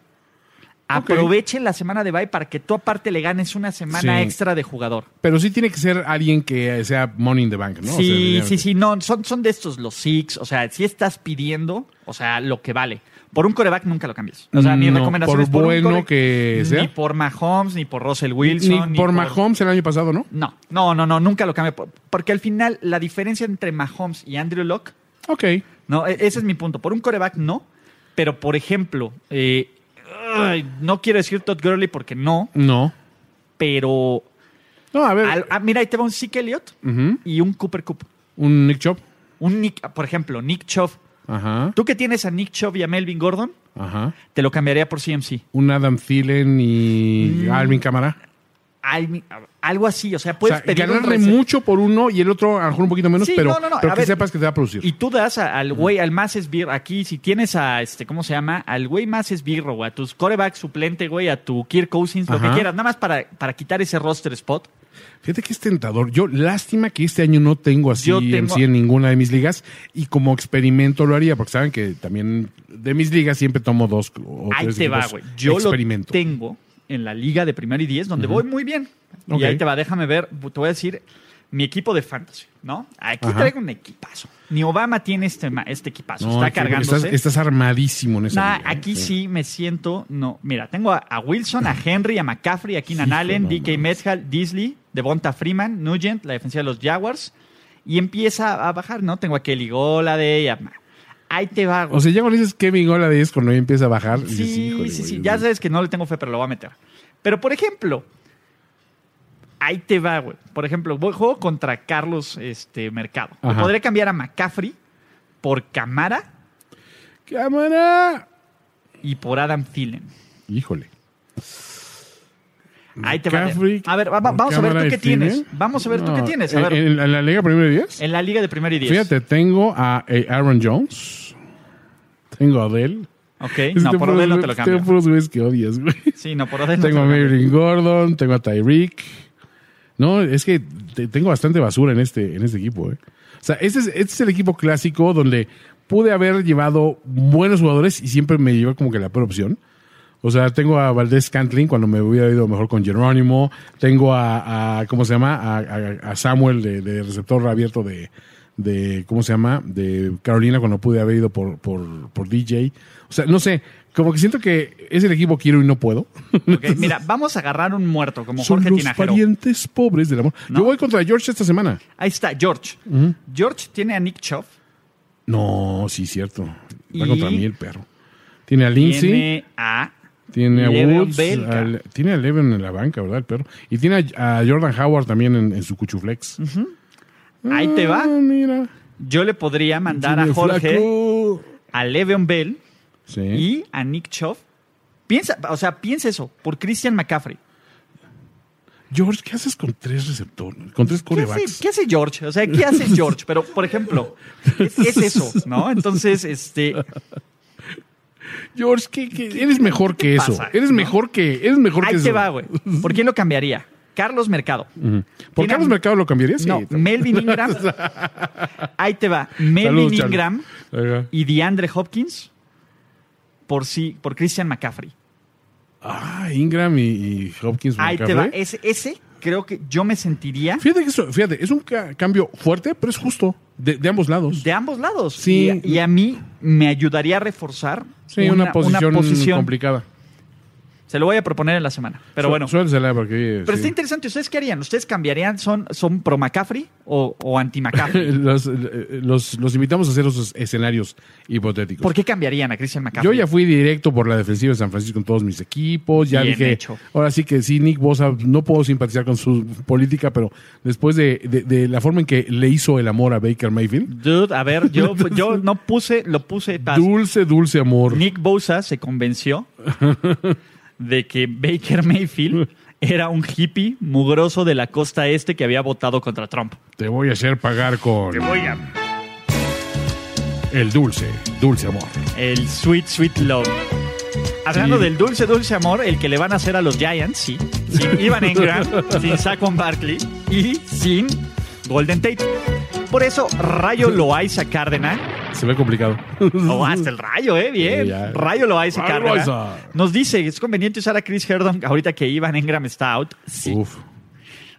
[SPEAKER 3] Aprovechen la semana de bye para que tú aparte le ganes una semana
[SPEAKER 2] Sí.
[SPEAKER 3] extra de jugador.
[SPEAKER 2] Pero sí tiene que ser alguien que sea money in the bank, ¿no? O sea,
[SPEAKER 3] sí,
[SPEAKER 2] definitivamente.
[SPEAKER 3] sí, sí, no, son, son de estos los six, o sea, si estás pidiendo, o sea, lo que vale. Por un coreback nunca lo cambies. O sea, mi
[SPEAKER 2] No,
[SPEAKER 3] recomendación
[SPEAKER 2] por
[SPEAKER 3] es por un
[SPEAKER 2] bueno
[SPEAKER 3] quarterback,
[SPEAKER 2] que
[SPEAKER 3] Ni
[SPEAKER 2] sea.
[SPEAKER 3] por Mahomes, ni por Russell
[SPEAKER 2] Ni
[SPEAKER 3] Wilson.
[SPEAKER 2] por Mahomes el año pasado, ¿no?
[SPEAKER 3] No, no, no, no, nunca lo cambio. por- Porque al final la diferencia entre Mahomes y Andrew Locke,
[SPEAKER 2] Ok.
[SPEAKER 3] no, E- ese es mi punto. Por un coreback no, pero por ejemplo, eh, ay, no quiero decir Todd Gurley porque no,
[SPEAKER 2] No.
[SPEAKER 3] pero...
[SPEAKER 2] No, a ver.
[SPEAKER 3] al- ah, mira, ahí te va un Zeke Elliott
[SPEAKER 2] Ujú.
[SPEAKER 3] y un Cooper Cup.
[SPEAKER 2] Un Nick Chop.
[SPEAKER 3] Un Nick, por ejemplo, Nick Chubb.
[SPEAKER 2] Ajá.
[SPEAKER 3] Tú que tienes a Nick Chubb y a Melvin Gordon,
[SPEAKER 2] Ajá.
[SPEAKER 3] te lo cambiaría por CMC.
[SPEAKER 2] Un Adam Thielen y
[SPEAKER 3] Mm.
[SPEAKER 2] Alvin Cámara.
[SPEAKER 3] Al- Algo así, o sea,
[SPEAKER 2] O
[SPEAKER 3] puedes
[SPEAKER 2] sea,
[SPEAKER 3] pedir un
[SPEAKER 2] ganarle
[SPEAKER 3] rece-
[SPEAKER 2] mucho por uno y el otro a lo mejor un poquito menos,
[SPEAKER 3] Sí,
[SPEAKER 2] pero,
[SPEAKER 3] no, no, no,
[SPEAKER 2] pero
[SPEAKER 3] a
[SPEAKER 2] que
[SPEAKER 3] ver,
[SPEAKER 2] sepas que te va a producir.
[SPEAKER 3] Y tú das a- al güey, al más esbirro, aquí, si tienes a este, ¿cómo se llama? Al güey más esbirro, güey, a tus coreback suplente, güey, a tu Kirk Cousins, lo
[SPEAKER 2] Ajá.
[SPEAKER 3] que quieras, nada más para, para quitar ese roster spot.
[SPEAKER 2] Fíjate que es tentador. Yo, lástima que este año no tengo así
[SPEAKER 3] Yo
[SPEAKER 2] en
[SPEAKER 3] tengo-
[SPEAKER 2] sí en ninguna de mis ligas y como experimento lo haría, porque saben que también de mis ligas siempre tomo dos o
[SPEAKER 3] Ahí
[SPEAKER 2] tres
[SPEAKER 3] te va,
[SPEAKER 2] equipos
[SPEAKER 3] güey. Yo lo
[SPEAKER 2] experimento.
[SPEAKER 3] tengo en la liga de primero y diez, donde voy muy bien.
[SPEAKER 2] Ok.
[SPEAKER 3] Y ahí te va, déjame ver, te voy a decir mi equipo de fantasy, ¿no? Aquí
[SPEAKER 2] Ajá.
[SPEAKER 3] traigo un equipazo. Ni Obama tiene este, ma- este equipazo,
[SPEAKER 2] No,
[SPEAKER 3] está
[SPEAKER 2] aquí
[SPEAKER 3] cargándose.
[SPEAKER 2] Estás, estás armadísimo en esa
[SPEAKER 3] Nah,
[SPEAKER 2] liga, ¿eh?
[SPEAKER 3] aquí sí me siento. No, mira, tengo a, a Wilson, a Henry, a McCaffrey, a Keenan Allen,
[SPEAKER 2] no
[SPEAKER 3] DK Metcalf, Disley, Devonta Freeman, Nugent, la defensa de los Jaguars. Y empieza a bajar, ¿no? Tengo a Kelly Golade. y a- Ahí te va, güey.
[SPEAKER 2] O sea, ya cuando dices Kevin Gola 10 cuando ya empieza a bajar.
[SPEAKER 3] sí,
[SPEAKER 2] dices, "Híjole,
[SPEAKER 3] sí,
[SPEAKER 2] güey,
[SPEAKER 3] sí.
[SPEAKER 2] es
[SPEAKER 3] Ya
[SPEAKER 2] muy-
[SPEAKER 3] sabes que no le tengo fe, pero lo voy a meter. Pero, por ejemplo, ahí te va, güey. Por ejemplo, voy- juego contra Carlos este, Mercado.
[SPEAKER 2] Ajá.
[SPEAKER 3] Podré cambiar a McCaffrey por Camara
[SPEAKER 2] ¡Cámara!
[SPEAKER 3] y por Adam Thielen.
[SPEAKER 2] Híjole.
[SPEAKER 3] Ahí te va.
[SPEAKER 2] McCaffrey,
[SPEAKER 3] A ver, va- va- vamos a ver
[SPEAKER 2] Cámara
[SPEAKER 3] tú
[SPEAKER 2] y
[SPEAKER 3] qué tienes.
[SPEAKER 2] Thielen.
[SPEAKER 3] Vamos a ver tú qué
[SPEAKER 2] No,
[SPEAKER 3] tienes. A
[SPEAKER 2] ¿en-
[SPEAKER 3] ver,
[SPEAKER 2] ¿En, en la liga primero de 10?
[SPEAKER 3] en la liga de primer y diez.
[SPEAKER 2] Fíjate, tengo a eh, Aaron Jones. Tengo a Adele.
[SPEAKER 3] Ok,
[SPEAKER 2] Este
[SPEAKER 3] no, por Odell no te lo
[SPEAKER 2] Tengo
[SPEAKER 3] cambio.
[SPEAKER 2] puros güeyes que odias, güey.
[SPEAKER 3] Sí, no, por Odell no
[SPEAKER 2] este
[SPEAKER 3] te
[SPEAKER 2] Tengo a
[SPEAKER 3] lo cambio.
[SPEAKER 2] Melvin Gordon, tengo a Tyreek. No, es que te- tengo bastante basura en este, en este equipo, eh. O sea, este es, este es el equipo clásico donde pude haber llevado buenos jugadores y siempre me llevé como que la peor opción. O sea, tengo a Valdés Cantlin cuando me hubiera ido mejor con Jerónimo. Tengo a, a- ¿cómo se llama? A, a- a Samuel de, de receptor abierto de, de, ¿cómo se llama? De Carolina cuando pude haber ido por, por, por DJ. O sea, no sé, como que siento que es el equipo quiero y no puedo.
[SPEAKER 3] Ok, mira, vamos a agarrar un muerto como
[SPEAKER 2] Son
[SPEAKER 3] Jorge
[SPEAKER 2] los
[SPEAKER 3] Tinajero.
[SPEAKER 2] parientes pobres del amor.
[SPEAKER 3] No.
[SPEAKER 2] Yo voy contra George esta semana.
[SPEAKER 3] Ahí está, George. George tiene a Nick Chubb.
[SPEAKER 2] No, sí, cierto. Va
[SPEAKER 3] Y-
[SPEAKER 2] contra mí el perro. Tiene a Lindsay,
[SPEAKER 3] Tiene a.
[SPEAKER 2] tiene, a
[SPEAKER 3] Le'Veon
[SPEAKER 2] Woods,
[SPEAKER 3] Belka.
[SPEAKER 2] al- tiene a Leven en la banca, ¿verdad? El perro. Y tiene a, a Jordan Howard también en, en su cuchuflex.
[SPEAKER 3] Ahí te va.
[SPEAKER 2] Ah, mira.
[SPEAKER 3] Yo le podría mandar a
[SPEAKER 2] Tiene
[SPEAKER 3] Jorge,
[SPEAKER 2] flaco. ¿Eh?
[SPEAKER 3] a Le'Veon Bell
[SPEAKER 2] Sí.
[SPEAKER 3] y a Nick Chubb. Piensa, o sea, piensa eso, por Christian McCaffrey.
[SPEAKER 2] George, ¿qué haces con tres receptores? Con tres
[SPEAKER 3] ¿Qué hace,
[SPEAKER 2] corebacks.
[SPEAKER 3] qué hace George? O sea, ¿qué hace George? Pero, por ejemplo, es, es eso, ¿no? Entonces, este,
[SPEAKER 2] George, ¿qué- qué- eres mejor que eso.
[SPEAKER 3] pasa,
[SPEAKER 2] eres
[SPEAKER 3] no?
[SPEAKER 2] mejor que eres mejor que
[SPEAKER 3] ahí
[SPEAKER 2] eso.
[SPEAKER 3] te va, güey. ¿Por quién lo cambiaría? Carlos Mercado.
[SPEAKER 2] ¿Por
[SPEAKER 3] Tiene
[SPEAKER 2] Carlos
[SPEAKER 3] a-
[SPEAKER 2] Mercado lo cambiarías? Sí,
[SPEAKER 3] No,
[SPEAKER 2] también.
[SPEAKER 3] Melvin Ingram. Ahí te va. Melvin
[SPEAKER 2] Saludos, Charlie.
[SPEAKER 3] Ingram
[SPEAKER 2] Ajá.
[SPEAKER 3] y DeAndre Hopkins por sí, por Christian McCaffrey.
[SPEAKER 2] Ah, Ingram y, y Hopkins.
[SPEAKER 3] Ahí te
[SPEAKER 2] McCaffrey.
[SPEAKER 3] va. Ese, ese creo que yo me sentiría.
[SPEAKER 2] Fíjate que eso, fíjate, es un ca- cambio fuerte, pero es justo. De, de ambos lados.
[SPEAKER 3] De ambos lados.
[SPEAKER 2] Sí.
[SPEAKER 3] Y, y a mí me ayudaría a reforzar
[SPEAKER 2] sí, una, posición
[SPEAKER 3] posición.
[SPEAKER 2] complicada.
[SPEAKER 3] Se lo voy a proponer en la semana. Pero
[SPEAKER 2] Su-
[SPEAKER 3] bueno.
[SPEAKER 2] Suéltela porque.
[SPEAKER 3] Pero
[SPEAKER 2] Pues sí.
[SPEAKER 3] está interesante. ¿Ustedes qué harían? ¿Ustedes cambiarían? ¿Son, son pro McCaffrey o, o anti McCaffrey?
[SPEAKER 2] los, eh, los, los invitamos a hacer esos escenarios hipotéticos.
[SPEAKER 3] ¿Por qué cambiarían a Christian
[SPEAKER 2] Yo
[SPEAKER 3] McCaffrey?
[SPEAKER 2] ya fui directo por la defensiva de San Francisco en todos mis equipos. Ya
[SPEAKER 3] Bien
[SPEAKER 2] dije,
[SPEAKER 3] hecho.
[SPEAKER 2] ahora sí que sí, Nick Bosa, no puedo simpatizar con su política, pero después de, de- de la forma en que le hizo el amor a Baker Mayfield,
[SPEAKER 3] Dude, a ver, yo, yo no puse, lo puse pas-
[SPEAKER 2] dulce, dulce amor.
[SPEAKER 3] Nick Bosa se convenció de que Baker Mayfield era un hippie mugroso de la costa este que había votado contra Trump.
[SPEAKER 2] Te voy a hacer pagar con el dulce, dulce amor.
[SPEAKER 3] El sweet, sweet love. Hablando
[SPEAKER 2] Sí.
[SPEAKER 3] del dulce, dulce amor, el que le van a hacer a los Giants, sí. Sin Ivan Engram, sin Saquon Barkley y sin Golden Tate. Por eso, Rayo Loaiza Cárdenas.
[SPEAKER 2] Se ve complicado.
[SPEAKER 3] Oh, hasta el rayo, ¿eh? Bien.
[SPEAKER 2] Sí, ya.
[SPEAKER 3] rayo Loaiza
[SPEAKER 2] Rayo
[SPEAKER 3] Cárdenas.
[SPEAKER 2] Loaiza.
[SPEAKER 3] Nos dice, ¿es conveniente usar a Chris Herdon ahorita que Ivan Engram está out? Sí.
[SPEAKER 2] Uf.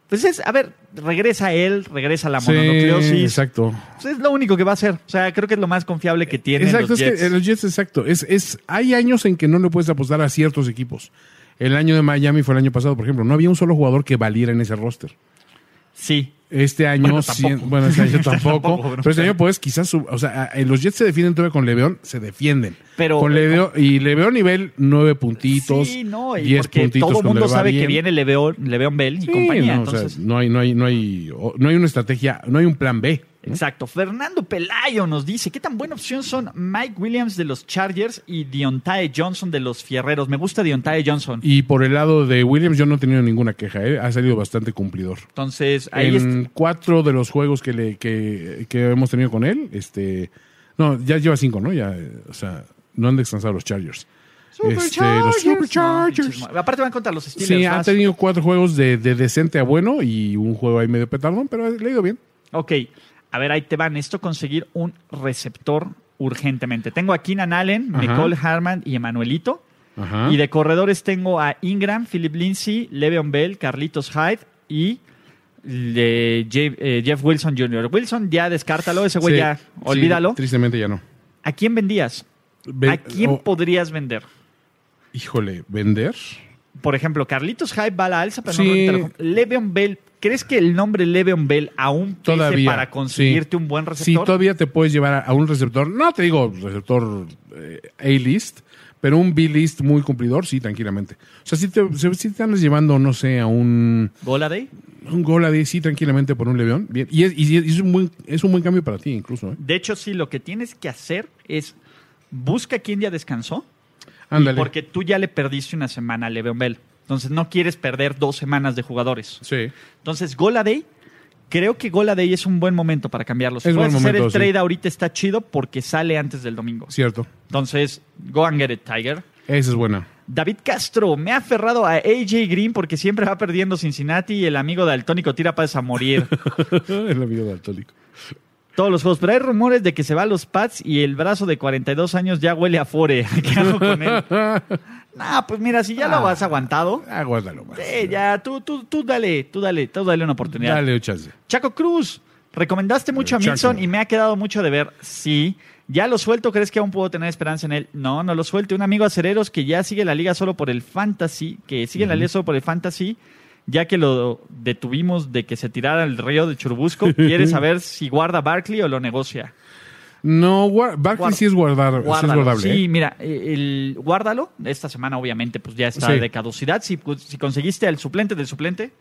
[SPEAKER 3] Pues es, a ver, regresa él, regresa la
[SPEAKER 2] Sí,
[SPEAKER 3] mononucleosis.
[SPEAKER 2] exacto.
[SPEAKER 3] Pues es lo único que va a hacer. O sea, creo que es lo más confiable que tiene
[SPEAKER 2] Exacto,
[SPEAKER 3] los
[SPEAKER 2] es
[SPEAKER 3] Jets.
[SPEAKER 2] que en los Jets, exacto. Es, es, hay años en que no le puedes apostar a ciertos equipos. El año de Miami fue el año pasado, por ejemplo. No había un solo jugador que valiera en ese roster.
[SPEAKER 3] Sí.
[SPEAKER 2] Este año,
[SPEAKER 3] Bueno,
[SPEAKER 2] bueno,
[SPEAKER 3] tampoco.
[SPEAKER 2] bueno este año tampoco.
[SPEAKER 3] Tampoco, bueno.
[SPEAKER 2] pero este año, pues, quizás, su- o sea, a- en los Jets se defienden todavía con Leveón, se defienden.
[SPEAKER 3] Pero-
[SPEAKER 2] con Leveón, y Leveón nivel nueve puntitos,
[SPEAKER 3] Sí, no, y
[SPEAKER 2] 10
[SPEAKER 3] porque
[SPEAKER 2] puntitos.
[SPEAKER 3] todo el
[SPEAKER 2] cuando
[SPEAKER 3] mundo
[SPEAKER 2] le va
[SPEAKER 3] sabe que
[SPEAKER 2] bien.
[SPEAKER 3] viene Leveon, Leveon Bell y
[SPEAKER 2] Sí,
[SPEAKER 3] compañía.
[SPEAKER 2] no, o sea,
[SPEAKER 3] entonces,
[SPEAKER 2] no hay, no hay, no hay, o- no hay una estrategia, no hay un plan B.
[SPEAKER 3] exacto. Fernando Pelayo nos dice: ¿Qué tan buena opción son Mike Williams de los Chargers y Diontae Johnson de los Fierreros? Me gusta Diontae Johnson.
[SPEAKER 2] Y por el lado de Williams, yo no he tenido ninguna queja, ¿eh? ha salido bastante cumplidor.
[SPEAKER 3] Entonces, ahí es-
[SPEAKER 2] en este, cuatro de los juegos que, le, que, que hemos tenido con él, este, no, ya lleva cinco, ¿no? Ya, eh, o sea, no han descansado los Chargers. Este, los Superchargers.
[SPEAKER 3] No, Aparte van contra los Steelers.
[SPEAKER 2] Sí,
[SPEAKER 3] vas.
[SPEAKER 2] han tenido cuatro juegos de, de decente a bueno y un juego ahí medio petardón, pero le ha ido bien.
[SPEAKER 3] Ok, a ver, ahí te van. Esto conseguir un receptor urgentemente. Tengo a Keenan Allen,
[SPEAKER 2] Ajá.
[SPEAKER 3] Nicole Harman y Emanuelito.
[SPEAKER 2] Ajá.
[SPEAKER 3] Y de corredores tengo a Ingram, Philip Lindsay, Le'Veon Bell, Carlitos Hyde y eh, Je- eh, Jeff Wilson Jr. Wilson, ya descártalo, ese güey
[SPEAKER 2] Sí,
[SPEAKER 3] ya,
[SPEAKER 2] sí,
[SPEAKER 3] olvídalo.
[SPEAKER 2] tristemente ya no.
[SPEAKER 3] ¿A quién vendías?
[SPEAKER 2] Ve-
[SPEAKER 3] ¿A quién
[SPEAKER 2] oh,
[SPEAKER 3] podrías vender?
[SPEAKER 2] híjole, ¿vender?
[SPEAKER 3] Por ejemplo, Carlitos Hyde va a la alza, pero no
[SPEAKER 2] Sí.
[SPEAKER 3] ahorita lo- Le'Veon Bell. ¿Crees que el nombre Le'Veon Bell aún pese
[SPEAKER 2] Todavía.
[SPEAKER 3] para conseguirte
[SPEAKER 2] sí.
[SPEAKER 3] un buen
[SPEAKER 2] Sí,
[SPEAKER 3] receptor?
[SPEAKER 2] todavía te puedes llevar a, a un receptor, no te digo receptor eh, A-list, pero un B-list muy cumplidor, sí, tranquilamente. O sea, si te, si- si te andas llevando, no sé, a un,
[SPEAKER 3] Goladay.
[SPEAKER 2] un gol a 10, sí, tranquilamente por un león. Bien. Y, es, y es- y es un buen, es un buen cambio para ti, incluso. ¿eh?
[SPEAKER 3] De hecho, sí, lo que tienes que hacer es busca quién ya descansó,
[SPEAKER 2] Ándale.
[SPEAKER 3] porque tú ya le perdiste una semana a Le'Veon Bell. Entonces, no quieres perder dos semanas de jugadores.
[SPEAKER 2] Sí.
[SPEAKER 3] Entonces, Goladay, creo que Goladay es un buen momento para cambiarlo. Si
[SPEAKER 2] Es
[SPEAKER 3] puedes
[SPEAKER 2] buen
[SPEAKER 3] hacer el
[SPEAKER 2] momento,
[SPEAKER 3] trade
[SPEAKER 2] sí.
[SPEAKER 3] ahorita está chido porque sale antes del domingo.
[SPEAKER 2] Cierto.
[SPEAKER 3] Entonces, go and get it, Tiger.
[SPEAKER 2] Esa es buena.
[SPEAKER 3] David Castro, me ha aferrado a AJ Green porque siempre va perdiendo Cincinnati y el amigo daltónico tira paz a morir.
[SPEAKER 2] el amigo daltónico.
[SPEAKER 3] Todos los juegos, pero hay rumores de que se va a los Pats y el brazo de 42 años ya huele a Fore. ¿Qué hago con él? Nah, pues mira, si ya lo has aguantado,
[SPEAKER 2] Aguárdalo más.
[SPEAKER 3] eh, ya, tú, tú, tú dale, tú dale, tú dale una oportunidad.
[SPEAKER 2] Dale un chance.
[SPEAKER 3] Chaco Cruz, recomendaste mucho a
[SPEAKER 2] Chaco.
[SPEAKER 3] Mixon y me ha quedado mucho de ver. Sí. ¿Ya lo suelto? ¿Crees que aún puedo tener esperanza en él? No, no lo suelte. Un amigo acereros que ya sigue la liga solo por el fantasy, que sigue la liga solo por el fantasy, ya que lo detuvimos de que se tirara al río de Churubusco, quiere saber si guarda Barkley o lo negocia.
[SPEAKER 2] No, guar- Barkley
[SPEAKER 3] Guar-
[SPEAKER 2] sí es guardar, sí es
[SPEAKER 3] Guárdalo.
[SPEAKER 2] guardable.
[SPEAKER 3] Sí,
[SPEAKER 2] ¿eh?
[SPEAKER 3] mira, eh, el, guárdalo. Esta semana, obviamente, pues ya está
[SPEAKER 2] Sí.
[SPEAKER 3] de caducidad. Si, pues, si conseguiste al suplente del suplente,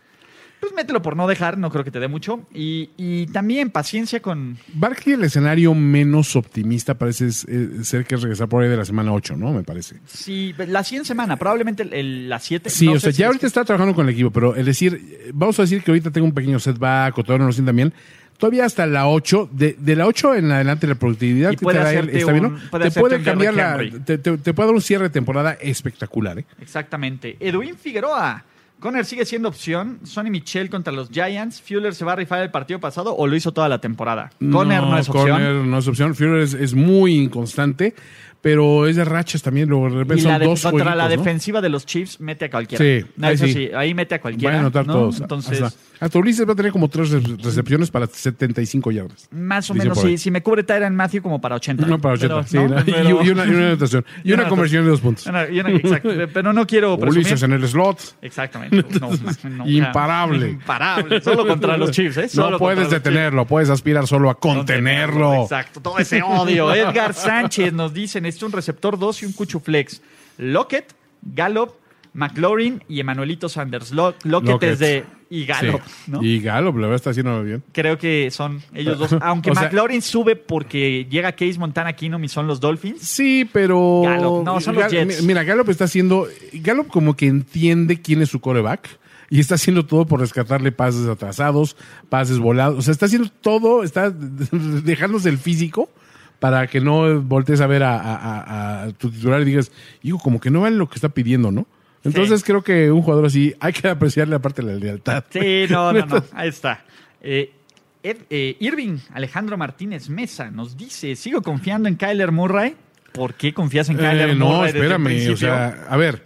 [SPEAKER 3] pues mételo por no dejar, no creo que te dé mucho. Y, y también paciencia con.
[SPEAKER 2] Barkley, el escenario menos optimista parece es- eh, ser que es regresar por ahí de la semana 8, ¿no? Me parece.
[SPEAKER 3] Si la 100 semana, probablemente el, el- la 7.
[SPEAKER 2] Sí,
[SPEAKER 3] no
[SPEAKER 2] o
[SPEAKER 3] sé
[SPEAKER 2] sea,
[SPEAKER 3] si
[SPEAKER 2] ya
[SPEAKER 3] es
[SPEAKER 2] ahorita está trabajando con el equipo, pero el decir, eh, vamos a decir que ahorita tengo un pequeño setback o todavía no lo sientan bien. Todavía hasta la 8, de, de la 8 en adelante la productividad
[SPEAKER 3] Y
[SPEAKER 2] que
[SPEAKER 3] puede
[SPEAKER 2] te da él
[SPEAKER 3] hacerte
[SPEAKER 2] está bien, ¿no?
[SPEAKER 3] un- puede
[SPEAKER 2] Te
[SPEAKER 3] hacerte
[SPEAKER 2] puede
[SPEAKER 3] un
[SPEAKER 2] cambiar
[SPEAKER 3] Derrick
[SPEAKER 2] la.
[SPEAKER 3] Henry.
[SPEAKER 2] Te, te- te puede dar un cierre de temporada espectacular, ¿eh?
[SPEAKER 3] que- Exactamente. Edwin Figueroa. Connor sigue siendo opción. Sonny Michel contra los Giants. Fuller se va a rifar el partido pasado o lo hizo toda la temporada. Conner no, es opción.
[SPEAKER 2] Conner no es opción. Fuller es, es muy inconstante, pero es de rachas también. Luego de repente
[SPEAKER 3] Y
[SPEAKER 2] son
[SPEAKER 3] la de-
[SPEAKER 2] dos
[SPEAKER 3] contra la
[SPEAKER 2] jueguitos, ¿no?
[SPEAKER 3] defensiva de los Chiefs mete a cualquiera.
[SPEAKER 2] Sí,
[SPEAKER 3] No,
[SPEAKER 2] ahí
[SPEAKER 3] eso
[SPEAKER 2] sí.
[SPEAKER 3] sí, ahí mete a cualquiera.
[SPEAKER 2] Van a anotar
[SPEAKER 3] ¿no?
[SPEAKER 2] todos.
[SPEAKER 3] Entonces,
[SPEAKER 2] hasta, hasta Ulises va a tener como tres re- recepciones para 75 yardas.
[SPEAKER 3] más o
[SPEAKER 2] Dice
[SPEAKER 3] menos,
[SPEAKER 2] por ahí.
[SPEAKER 3] sí, si me cubre Tyran Matthew como para 80.
[SPEAKER 2] Una para 80.
[SPEAKER 3] Pero,
[SPEAKER 2] sí,
[SPEAKER 3] ¿no?
[SPEAKER 2] la- y-
[SPEAKER 3] Pero-
[SPEAKER 2] y, una, y una anotación. Y una conversión de dos puntos.
[SPEAKER 3] Una- y una- exacto. Pero no quiero presumir.
[SPEAKER 2] Ulises en el slot.
[SPEAKER 3] Exactamente. No, no,
[SPEAKER 2] imparable.
[SPEAKER 3] Imparable. Solo contra los Chiefs, ¿eh?
[SPEAKER 2] no
[SPEAKER 3] Solo contra
[SPEAKER 2] puedes
[SPEAKER 3] los Chiefs.
[SPEAKER 2] detenerlo, puedes aspirar solo a contenerlo.
[SPEAKER 3] Exacto, todo ese odio. Edgar Sánchez nos dice, necesito un receptor 2 y un cuchuflex. Lockett, Gallup, McLaurin y Emanuelito Sanders. Lo- Lockett,
[SPEAKER 2] Lockett.
[SPEAKER 3] es de... y Gallup,
[SPEAKER 2] Sí.
[SPEAKER 3] ¿no?
[SPEAKER 2] Y Gallup, la verdad, está haciendo bien.
[SPEAKER 3] Creo que son ellos dos. Aunque
[SPEAKER 2] O sea-
[SPEAKER 3] McLaurin sube porque llega Case Montana Keenum y son los Dolphins.
[SPEAKER 2] Sí, pero.
[SPEAKER 3] Gallup, no, son los
[SPEAKER 2] Gal-
[SPEAKER 3] Jets.
[SPEAKER 2] mi- Mira, Gallup está haciendo. Gallup, como que entiende quién es su coreback. Y está haciendo todo por rescatarle pases atrasados, pases volados. O sea, está haciendo todo, está dejándose el físico para que no voltees a ver a, a- a- a tu titular y digas, hijo, como que no vale lo que está pidiendo, ¿no? Entonces creo que un jugador así hay que apreciarle aparte la lealtad.
[SPEAKER 3] Sí, no, no, no. Ahí está. Eh, Ed- eh, Irving Alejandro Martínez Mesa nos dice: Sigo confiando en Kyler Murray. ¿Por qué confías en Kyler
[SPEAKER 2] Eh,
[SPEAKER 3] Murray?
[SPEAKER 2] no,
[SPEAKER 3] desde el
[SPEAKER 2] espérame. O
[SPEAKER 3] principio?
[SPEAKER 2] sea, a ver,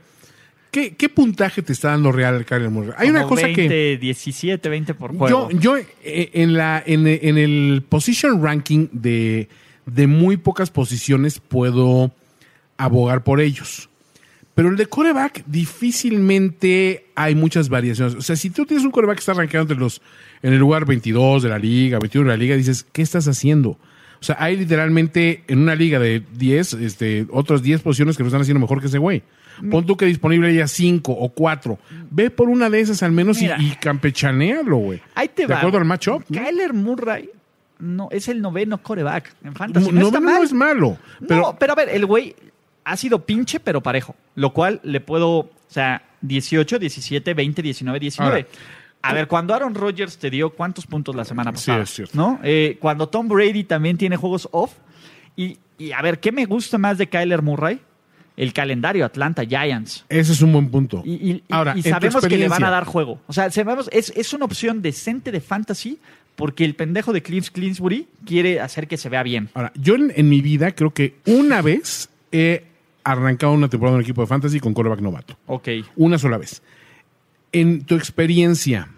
[SPEAKER 2] ¿qué, qué puntaje te está dando real el Kyler Murray? Hay una
[SPEAKER 3] Como
[SPEAKER 2] cosa que.
[SPEAKER 3] 20, 17, 20 por
[SPEAKER 2] Yo,
[SPEAKER 3] juego.
[SPEAKER 2] yo eh, en, la, en, en el position ranking de, de muy pocas posiciones puedo abogar por ellos. Pero el de coreback difícilmente hay muchas variaciones. O sea, si tú tienes un coreback que está rankeado entre los, en el lugar 22 de la liga, 21 de la liga, dices, ¿qué estás haciendo? O sea, hay literalmente en una liga de 10, este, otras 10 posiciones que lo están haciendo mejor que ese güey. Pon tú que disponible haya 5 o 4. Ve por una de esas al menos y,
[SPEAKER 3] Mira.
[SPEAKER 2] y campechanealo, güey.
[SPEAKER 3] Ahí te
[SPEAKER 2] De
[SPEAKER 3] va.
[SPEAKER 2] acuerdo al matchup. ¿no?
[SPEAKER 3] Kyler Murray no, es el noveno coreback en Fantasy.
[SPEAKER 2] No,
[SPEAKER 3] No, está
[SPEAKER 2] no
[SPEAKER 3] mal.
[SPEAKER 2] es malo. Pero
[SPEAKER 3] no, pero a ver, el güey ha sido pinche pero parejo, lo cual le puedo, o sea, 18, 17, 20, 19, 19.
[SPEAKER 2] Ahora.
[SPEAKER 3] a ver, cuando Aaron Rodgers te dio cuántos puntos la semana
[SPEAKER 2] Sí,
[SPEAKER 3] pasada,
[SPEAKER 2] es cierto.
[SPEAKER 3] ¿no? Eh, cuando Tom Brady también tiene juegos off y, y a ver, ¿qué me gusta más de Kyler Murray? El calendario Atlanta Giants.
[SPEAKER 2] ese es un buen punto.
[SPEAKER 3] Y, y-
[SPEAKER 2] Ahora,
[SPEAKER 3] y
[SPEAKER 2] en tu
[SPEAKER 3] sabemos que le van
[SPEAKER 2] experiencia.
[SPEAKER 3] a dar juego. O sea, sabemos, es, es una opción decente de fantasy porque el pendejo de Cliff Clinsbury quiere hacer que se vea bien.
[SPEAKER 2] Ahora, yo en, en mi vida creo que una vez he arrancado una temporada en un equipo de fantasy con coreback novato.
[SPEAKER 3] Ok.
[SPEAKER 2] Una sola vez. En tu experiencia,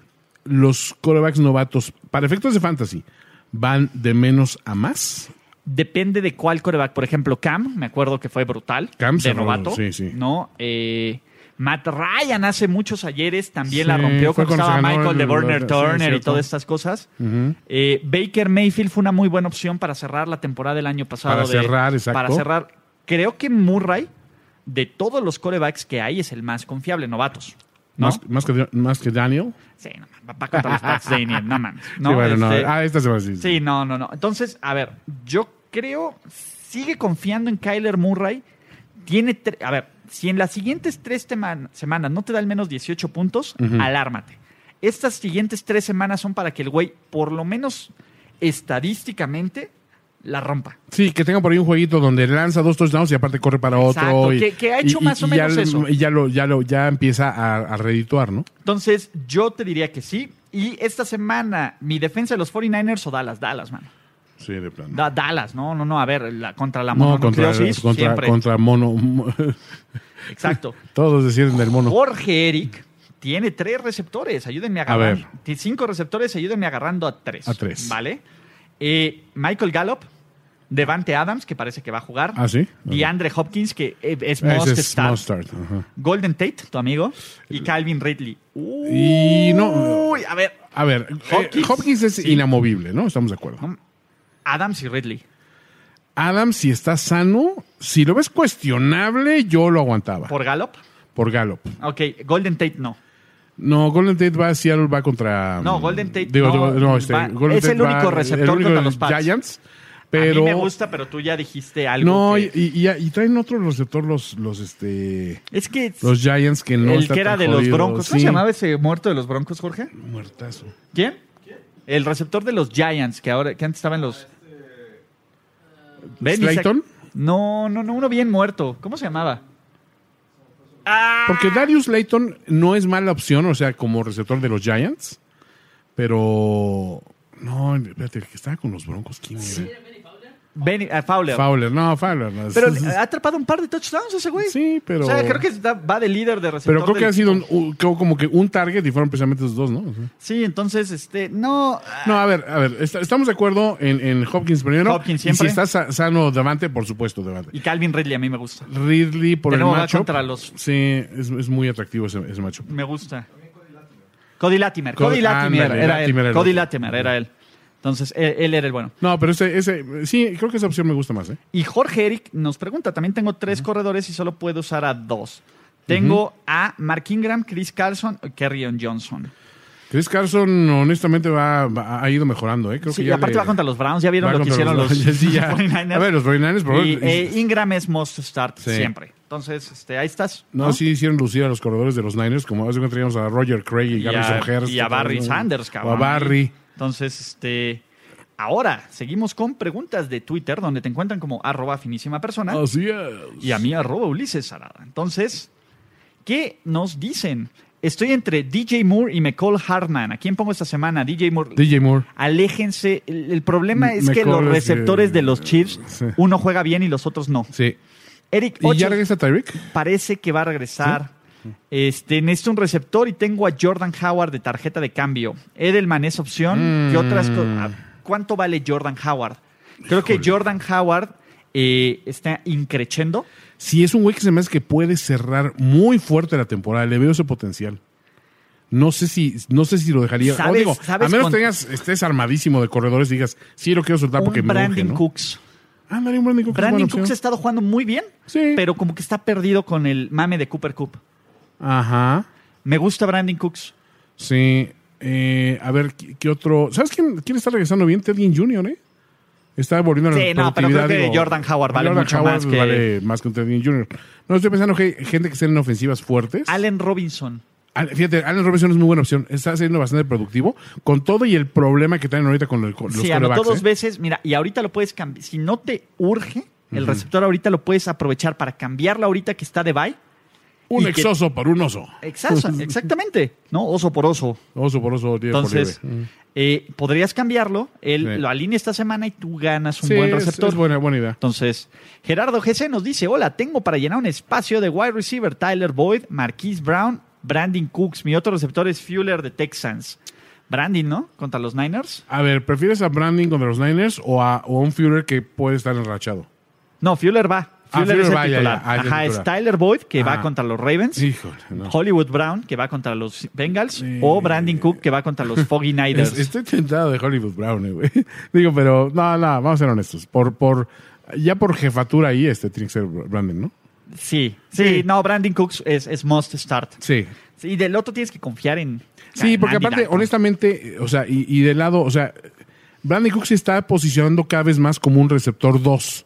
[SPEAKER 2] los corebacks novatos, para efectos de fantasy, van de menos a más.
[SPEAKER 3] Depende de cuál coreback. Por ejemplo, Cam, me acuerdo que fue brutal.
[SPEAKER 2] Cam se
[SPEAKER 3] de
[SPEAKER 2] robó,
[SPEAKER 3] novato.
[SPEAKER 2] sí, sí.
[SPEAKER 3] ¿no? Eh, Matt Ryan hace muchos ayeres también
[SPEAKER 2] Sí,
[SPEAKER 3] la rompió
[SPEAKER 2] fue cuando
[SPEAKER 3] cuando estaba
[SPEAKER 2] se ganó
[SPEAKER 3] Michael
[SPEAKER 2] el-
[SPEAKER 3] de Burner
[SPEAKER 2] sí,
[SPEAKER 3] Turner y
[SPEAKER 2] cierto.
[SPEAKER 3] todas estas cosas. Eh, Baker Mayfield fue una muy buena opción para cerrar la temporada del año pasado.
[SPEAKER 2] Para
[SPEAKER 3] de-
[SPEAKER 2] cerrar, exacto.
[SPEAKER 3] Para cerrar. Creo que Murray, de todos los corebacks que hay, es el más confiable, novatos. ¿No?
[SPEAKER 2] Más, más que, más que Daniel.
[SPEAKER 3] Sí, no, mames, va contra los Pats de Indian, no mames.
[SPEAKER 2] Sí, bueno, no.
[SPEAKER 3] Este-
[SPEAKER 2] Ah, esta semana sí.
[SPEAKER 3] Sí, no, no, no. Entonces, a ver, yo creo, sigue confiando en Kyler Murray. Tiene, tre- a ver, si en las siguientes tres teman- semanas no te da al menos 18 puntos, alármate. Estas siguientes tres semanas son para que el güey, por lo menos estadísticamente, la rompa.
[SPEAKER 2] Sí, que tenga por ahí un jueguito donde lanza dos touchdowns y aparte corre para otro.
[SPEAKER 3] Exacto,
[SPEAKER 2] y,
[SPEAKER 3] que- que ha hecho más o
[SPEAKER 2] ya
[SPEAKER 3] menos
[SPEAKER 2] lo-
[SPEAKER 3] eso.
[SPEAKER 2] Y ya lo, ya lo, ya empieza a, a redituar, ¿no?
[SPEAKER 3] Entonces, yo te diría que sí. Y esta semana, mi defensa de los 49ers o Dallas, Dallas, mano.
[SPEAKER 2] Sí, de plano.
[SPEAKER 3] Da- Dallas, no, no, no, a ver, la, contra la
[SPEAKER 2] no, contra,
[SPEAKER 3] mononucleosis,
[SPEAKER 2] contra, eh,
[SPEAKER 3] siempre.
[SPEAKER 2] contra mono. mo-
[SPEAKER 3] Exacto.
[SPEAKER 2] Todos deciden del mono.
[SPEAKER 3] Jorge Eric tiene tres receptores. Ayúdenme a
[SPEAKER 2] A
[SPEAKER 3] agarrar.
[SPEAKER 2] ver.
[SPEAKER 3] Tiene Cinco receptores, ayúdenme agarrando a tres.
[SPEAKER 2] A tres.
[SPEAKER 3] ¿Vale? Eh, Michael Gallup, Devante Adams, que parece que va a jugar.
[SPEAKER 2] Ah, ¿sí?
[SPEAKER 3] DeAndre Hopkins, que eh, es
[SPEAKER 2] Ese
[SPEAKER 3] Most
[SPEAKER 2] es
[SPEAKER 3] Star.
[SPEAKER 2] Mustard, ajá.
[SPEAKER 3] Golden Tate, tu amigo. Y Calvin Ridley.
[SPEAKER 2] Y no-
[SPEAKER 3] Uy, a ver.
[SPEAKER 2] A ver, eh, Hopkins,
[SPEAKER 3] Hopkins.
[SPEAKER 2] es
[SPEAKER 3] Sí.
[SPEAKER 2] inamovible, ¿no? Estamos de acuerdo.
[SPEAKER 3] Adams y Ridley.
[SPEAKER 2] Adam, si está sano, si lo ves cuestionable, yo lo aguantaba. Por,
[SPEAKER 3] Por Gallup.
[SPEAKER 2] Gallup.
[SPEAKER 3] Ok, Golden Tate no.
[SPEAKER 2] No, Golden Tate va a Seattle, va contra.
[SPEAKER 3] No, Golden Tate
[SPEAKER 2] digo,
[SPEAKER 3] no,
[SPEAKER 2] digo, no, este,
[SPEAKER 3] va-
[SPEAKER 2] Golden
[SPEAKER 3] es el
[SPEAKER 2] Tate va-
[SPEAKER 3] único receptor
[SPEAKER 2] el único
[SPEAKER 3] contra los Pats.
[SPEAKER 2] Giants.
[SPEAKER 3] a
[SPEAKER 2] Pero.
[SPEAKER 3] mí me gusta, pero tú ya dijiste algo.
[SPEAKER 2] No,
[SPEAKER 3] que-
[SPEAKER 2] y, y- y traen otro receptor los, los, este,
[SPEAKER 3] es que
[SPEAKER 2] los Giants que no
[SPEAKER 3] el
[SPEAKER 2] está
[SPEAKER 3] que era
[SPEAKER 2] tan
[SPEAKER 3] de los
[SPEAKER 2] jodido.
[SPEAKER 3] Broncos. ¿Cómo
[SPEAKER 2] Sí.
[SPEAKER 3] se llamaba ese muerto de los Broncos, Jorge?
[SPEAKER 2] Muertazo.
[SPEAKER 3] ¿Quién? El receptor de los Giants, que ahora que antes estaban los. Ven, Isaac.
[SPEAKER 2] ¿Slayton?
[SPEAKER 3] No, no, no, uno bien muerto. ¿Cómo se llamaba?
[SPEAKER 2] Porque Darius Layton no es mala opción, o sea, como receptor de los Giants, pero... No, espérate, el que estaba con los Broncos, ¿quién era?
[SPEAKER 3] Benny- eh, Fowler.
[SPEAKER 2] Fowler, no, Fowler. no.
[SPEAKER 3] Pero ha atrapado un par de touchdowns ese güey.
[SPEAKER 2] Sí, pero-
[SPEAKER 3] O sea, creo que está- va de líder de receptor.
[SPEAKER 2] Pero creo
[SPEAKER 3] del
[SPEAKER 2] que ha sido
[SPEAKER 3] equipo.
[SPEAKER 2] un- un- creo como que un target y fueron precisamente esos dos, ¿no? O sea.
[SPEAKER 3] Sí, entonces, este, no.
[SPEAKER 2] No, a ver, a ver, est- estamos de acuerdo en, en Hopkins primero.
[SPEAKER 3] Hopkins
[SPEAKER 2] Y si
[SPEAKER 3] siempre.
[SPEAKER 2] está sa- sano Davante, por supuesto, Davante.
[SPEAKER 3] Y Calvin Ridley a mí me gusta.
[SPEAKER 2] Ridley por
[SPEAKER 3] De
[SPEAKER 2] el
[SPEAKER 3] nuevo va
[SPEAKER 2] macho.
[SPEAKER 3] contra los-
[SPEAKER 2] Sí, es, es muy atractivo ese, ese macho.
[SPEAKER 3] Me gusta. Cody Latimer.
[SPEAKER 2] Cody-
[SPEAKER 3] Cody Latimer
[SPEAKER 2] ándale,
[SPEAKER 3] era
[SPEAKER 2] Latimer era
[SPEAKER 3] él.
[SPEAKER 2] el
[SPEAKER 3] Cody
[SPEAKER 2] otro.
[SPEAKER 3] Latimer era él. Entonces, él, él era el bueno.
[SPEAKER 2] No, pero ese, ese, sí, creo que esa opción me gusta más, ¿eh?
[SPEAKER 3] Y Jorge Eric nos pregunta, también tengo tres corredores y solo puedo usar a dos. Tengo a Mark Ingram, Chris Carlson y Kerryon Johnson.
[SPEAKER 2] Chris Carson, honestamente, va, va- ha ido mejorando, ¿eh? Creo que
[SPEAKER 3] Sí, y
[SPEAKER 2] ya
[SPEAKER 3] aparte
[SPEAKER 2] le-
[SPEAKER 3] va contra los Browns, ya vieron
[SPEAKER 2] va
[SPEAKER 3] lo que
[SPEAKER 2] contra
[SPEAKER 3] hicieron los,
[SPEAKER 2] sí, ya.
[SPEAKER 3] 49ers.
[SPEAKER 2] A ver, los 49ers, por
[SPEAKER 3] Y,
[SPEAKER 2] favor,
[SPEAKER 3] eh, Ingram es must start
[SPEAKER 2] Sí.
[SPEAKER 3] siempre. Entonces, este, ahí estás.
[SPEAKER 2] No, sí hicieron lucir a los corredores de los Niners, como hace que traíamos a Roger Craig y,
[SPEAKER 3] Y a,
[SPEAKER 2] Garrison Hearst.
[SPEAKER 3] y a Barry
[SPEAKER 2] ¿no?
[SPEAKER 3] Sanders, cabrón.
[SPEAKER 2] O a Barry.
[SPEAKER 3] Entonces, este. Ahora, seguimos con preguntas de Twitter, donde te encuentran como arroba finísima persona
[SPEAKER 2] Así es.
[SPEAKER 3] y a mí arroba Ulises Arada. Entonces, ¿qué nos dicen? Estoy entre DJ Moore y McCall Hartman. ¿A quién pongo esta semana? DJ Moore.
[SPEAKER 2] DJ Moore.
[SPEAKER 3] Aléjense. El, el problema
[SPEAKER 2] M-
[SPEAKER 3] es que
[SPEAKER 2] McCall
[SPEAKER 3] los
[SPEAKER 2] es, eh,
[SPEAKER 3] receptores de los Chiefs,
[SPEAKER 2] sí.
[SPEAKER 3] uno juega bien y los otros no.
[SPEAKER 2] Sí.
[SPEAKER 3] Eric
[SPEAKER 2] ¿Y ya
[SPEAKER 3] Ochoa
[SPEAKER 2] regresa Tyreek?
[SPEAKER 3] parece que va a regresar. Este, necesito un receptor y tengo a Jordan Howard de tarjeta de cambio. Edelman es opción.
[SPEAKER 2] Mm.
[SPEAKER 3] ¿Qué otras co- ah, ¿Cuánto vale Jordan Howard? Creo que Jordan Howard eh, está increchendo.
[SPEAKER 2] Si es un güey que se me hace que puede cerrar muy fuerte la temporada, le veo ese potencial. No sé si, no sé si lo dejaría. O
[SPEAKER 3] ¿Sabes-
[SPEAKER 2] digo,
[SPEAKER 3] sabes
[SPEAKER 2] a menos
[SPEAKER 3] con-
[SPEAKER 2] tengas, estés armadísimo de corredores y digas, sí lo quiero soltar porque
[SPEAKER 3] un
[SPEAKER 2] me urge,
[SPEAKER 3] Brandon
[SPEAKER 2] ¿no?
[SPEAKER 3] Cooks.
[SPEAKER 2] Ah, Brandon Cook. es buena
[SPEAKER 3] Brandon
[SPEAKER 2] opción.
[SPEAKER 3] Cooks ha estado jugando muy bien,
[SPEAKER 2] Sí.
[SPEAKER 3] pero como que está perdido con el mame de Cooper Cup.
[SPEAKER 2] Ajá.
[SPEAKER 3] Me gusta Brandon Cooks.
[SPEAKER 2] Sí. Eh, a ver, ¿qué, qué otro? ¿Sabes quién, quién está regresando bien? Ted Ginn Jr., ¿eh? Está volviendo a la
[SPEAKER 3] Sí, no, pero
[SPEAKER 2] productividad,
[SPEAKER 3] creo que
[SPEAKER 2] digo,
[SPEAKER 3] Jordan Howard vale
[SPEAKER 2] Jordan
[SPEAKER 3] mucho
[SPEAKER 2] Howard
[SPEAKER 3] más que-
[SPEAKER 2] vale más que un Ted Ginn Jr. No, estoy pensando que hay gente que está en ofensivas fuertes.
[SPEAKER 3] Allen Robinson.
[SPEAKER 2] Al- Fíjate, Allen Robinson es muy buena opción. Está siendo bastante productivo con todo y el problema que traen ahorita con los, con los
[SPEAKER 3] sí, anotó
[SPEAKER 2] quarterbacks,
[SPEAKER 3] dos
[SPEAKER 2] ¿eh?
[SPEAKER 3] veces. Mira, y ahorita lo puedes cambiar. Si no te urge, el receptor ahorita lo puedes aprovechar para cambiarlo ahorita que está de bye. y
[SPEAKER 2] Un
[SPEAKER 3] que-
[SPEAKER 2] exoso por un oso.
[SPEAKER 3] Exacto, exactamente. ¿No? Oso por oso.
[SPEAKER 2] Oso por oso, tiene
[SPEAKER 3] Entonces,
[SPEAKER 2] por libre.
[SPEAKER 3] eh, podrías cambiarlo. Él
[SPEAKER 2] Sí.
[SPEAKER 3] lo alinea esta semana y tú ganas un
[SPEAKER 2] Sí,
[SPEAKER 3] buen
[SPEAKER 2] es-
[SPEAKER 3] receptor.
[SPEAKER 2] Es, buena, buena idea.
[SPEAKER 3] Entonces, Gerardo GC nos dice: Hola, tengo para llenar un espacio de wide receiver Tyler Boyd, Marquise Brown, Brandon Cooks. Mi otro receptor es Fuller de Texans. Brandon, ¿no? Contra los Niners.
[SPEAKER 2] A ver, ¿prefieres a Branding contra los Niners o a, o a un Führer que puede estar enrachado?
[SPEAKER 3] No, Fuller va.
[SPEAKER 2] Ah,
[SPEAKER 3] Fuller
[SPEAKER 2] Fuller
[SPEAKER 3] es el
[SPEAKER 2] va, ya,
[SPEAKER 3] titular.
[SPEAKER 2] ya. Ah, es el
[SPEAKER 3] Ajá, es
[SPEAKER 2] titular.
[SPEAKER 3] Tyler Boyd, que va
[SPEAKER 2] Ah.
[SPEAKER 3] contra los Ravens.
[SPEAKER 2] Híjole, no.
[SPEAKER 3] Hollywood Brown, que va contra los Bengals. O Brandon Cook, que va contra los Foggy Niners.
[SPEAKER 2] Es- estoy tentado de Hollywood Brown, eh, güey. Digo, pero no, no, vamos a ser honestos. Por, por, ya por jefatura ahí, este tiene que ser Branding, ¿no?
[SPEAKER 3] Sí, sí, no, Brandon Cooks es, es must start.
[SPEAKER 2] Sí.
[SPEAKER 3] Y del otro tienes que confiar en.
[SPEAKER 2] Sí,
[SPEAKER 3] en
[SPEAKER 2] porque
[SPEAKER 3] Andy
[SPEAKER 2] aparte,
[SPEAKER 3] Dalton.
[SPEAKER 2] honestamente, eh, o sea, y, y de lado, o sea, Brandon Cook se está posicionando cada vez más como un receptor 2.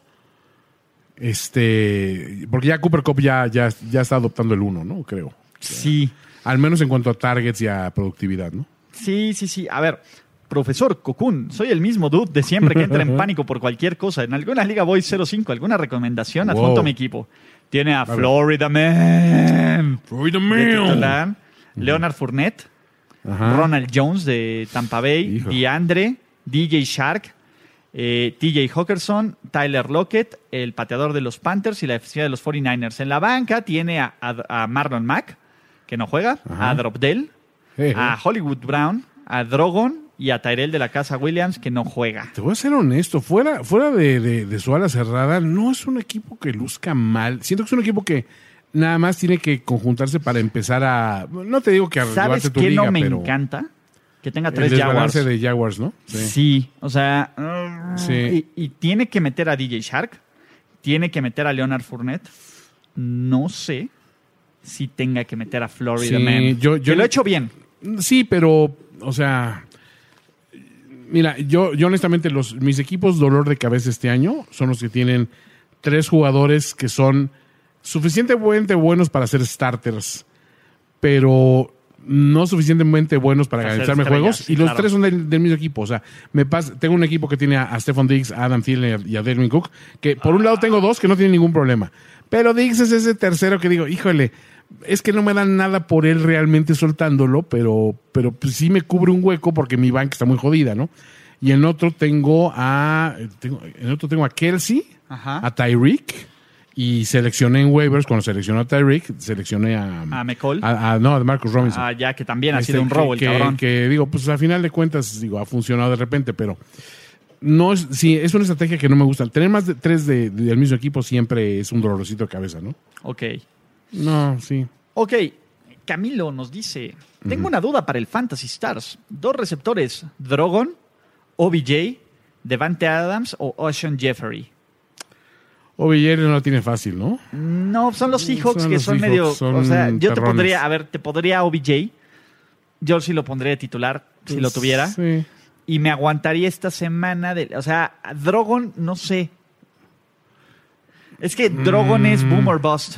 [SPEAKER 2] Este, porque ya Cooper Cup ya, ya, ya está adoptando el 1, ¿no? Creo.
[SPEAKER 3] Sí,
[SPEAKER 2] Al menos en cuanto a targets y a productividad, ¿no?
[SPEAKER 3] sí, sí, sí. A ver, profesor Cocoon, soy el mismo dude de siempre que entra en pánico por cualquier cosa. En alguna liga voy 0-5, alguna recomendación,
[SPEAKER 2] Wow.
[SPEAKER 3] adjunto a mi equipo. Tiene a
[SPEAKER 2] ver.
[SPEAKER 3] Florida Man. de titular, Leonard Fournette,
[SPEAKER 2] Ajá.
[SPEAKER 3] Ronald Jones de Tampa Bay,
[SPEAKER 2] Ah. Hijo.
[SPEAKER 3] DeAndre, DJ Shark, eh, TJ Hawkerson, Tyler Lockett, el pateador de los Panthers y la defensiva de los 49ers. En la banca tiene a, a- a Marlon Mack, que no juega,
[SPEAKER 2] Ajá.
[SPEAKER 3] a Dropdell,
[SPEAKER 2] Eh,
[SPEAKER 3] a Hollywood Brown, a Drogon y a Tyrell de la Casa Williams, que no juega.
[SPEAKER 2] Te voy a ser honesto, fuera, fuera de, de- de su ala cerrada, no es un equipo que luzca mal. Siento que es un equipo que nada más tiene que conjuntarse para empezar a. No te digo que a
[SPEAKER 3] ¿Sabes
[SPEAKER 2] llevarse tu
[SPEAKER 3] qué
[SPEAKER 2] liga,
[SPEAKER 3] no me
[SPEAKER 2] pero
[SPEAKER 3] encanta? Que tenga
[SPEAKER 2] el
[SPEAKER 3] tres Jaguars.
[SPEAKER 2] desbalance de Jaguars, ¿no?
[SPEAKER 3] Sí. o sea, mm,
[SPEAKER 2] Sí.
[SPEAKER 3] Y, y tiene que meter a DJ Shark, tiene que meter a Leonard Fournette. No sé si tenga que meter a Florida
[SPEAKER 2] Sí,
[SPEAKER 3] Man.
[SPEAKER 2] yo- yo-
[SPEAKER 3] que lo he hecho bien.
[SPEAKER 2] Sí, pero, o sea, mira, yo, yo honestamente, los, mis equipos dolor de cabeza este año son los que tienen tres jugadores que son suficientemente buenos para ser starters, pero no suficientemente buenos para
[SPEAKER 3] Para ser
[SPEAKER 2] garantizarme
[SPEAKER 3] estrellas,
[SPEAKER 2] juegos.
[SPEAKER 3] sí,
[SPEAKER 2] y los
[SPEAKER 3] claro.
[SPEAKER 2] tres son del, del mismo equipo. O sea, me pasa, tengo un equipo que tiene a, a Stephon Diggs, a Adam Thielen y a Delvin Cook, que por un lado tengo dos que no tienen ningún problema. Pero Diggs es ese tercero que digo, híjole, es que no me dan nada por él realmente soltándolo, pero, pero pues, sí me cubre un hueco porque mi banca está muy jodida, ¿no? Y en otro tengo a. tengo- en otro tengo a Kelsey,
[SPEAKER 3] Ajá.
[SPEAKER 2] a Tyreek. Y seleccioné en waivers, cuando seleccioné a Tyreek, seleccioné a.
[SPEAKER 3] A McCall.
[SPEAKER 2] a- a- no, a Marcus Robinson.
[SPEAKER 3] Ah, ya que también ha
[SPEAKER 2] Este,
[SPEAKER 3] sido un
[SPEAKER 2] que-
[SPEAKER 3] robo el
[SPEAKER 2] que,
[SPEAKER 3] cabrón.
[SPEAKER 2] que, digo, pues al final de cuentas, digo, ha funcionado de repente, pero no es, sí, es una estrategia que no me gusta. Tener más de tres de- de- del mismo equipo siempre es un dolorcito de cabeza, ¿no?
[SPEAKER 3] Ok.
[SPEAKER 2] No, sí.
[SPEAKER 3] Ok. Camilo nos dice: Tengo una duda para el Fantasy Stars. Dos receptores, Drogon, OBJ, Devante Adams o Ocean Jeffrey.
[SPEAKER 2] Ovillero no la tiene fácil, ¿no?
[SPEAKER 3] No, son los Seahawks
[SPEAKER 2] Mm, Son
[SPEAKER 3] que
[SPEAKER 2] los
[SPEAKER 3] son
[SPEAKER 2] Seahawks,
[SPEAKER 3] medio.
[SPEAKER 2] son
[SPEAKER 3] o sea, yo te
[SPEAKER 2] perrones.
[SPEAKER 3] pondría, a ver, te podría OBJ. Yo sí lo pondría de titular si lo tuviera.
[SPEAKER 2] Sí.
[SPEAKER 3] Y me aguantaría esta semana de. O sea, a Drogon, no sé. Es que Drogon
[SPEAKER 2] Mm.
[SPEAKER 3] es boom or bust.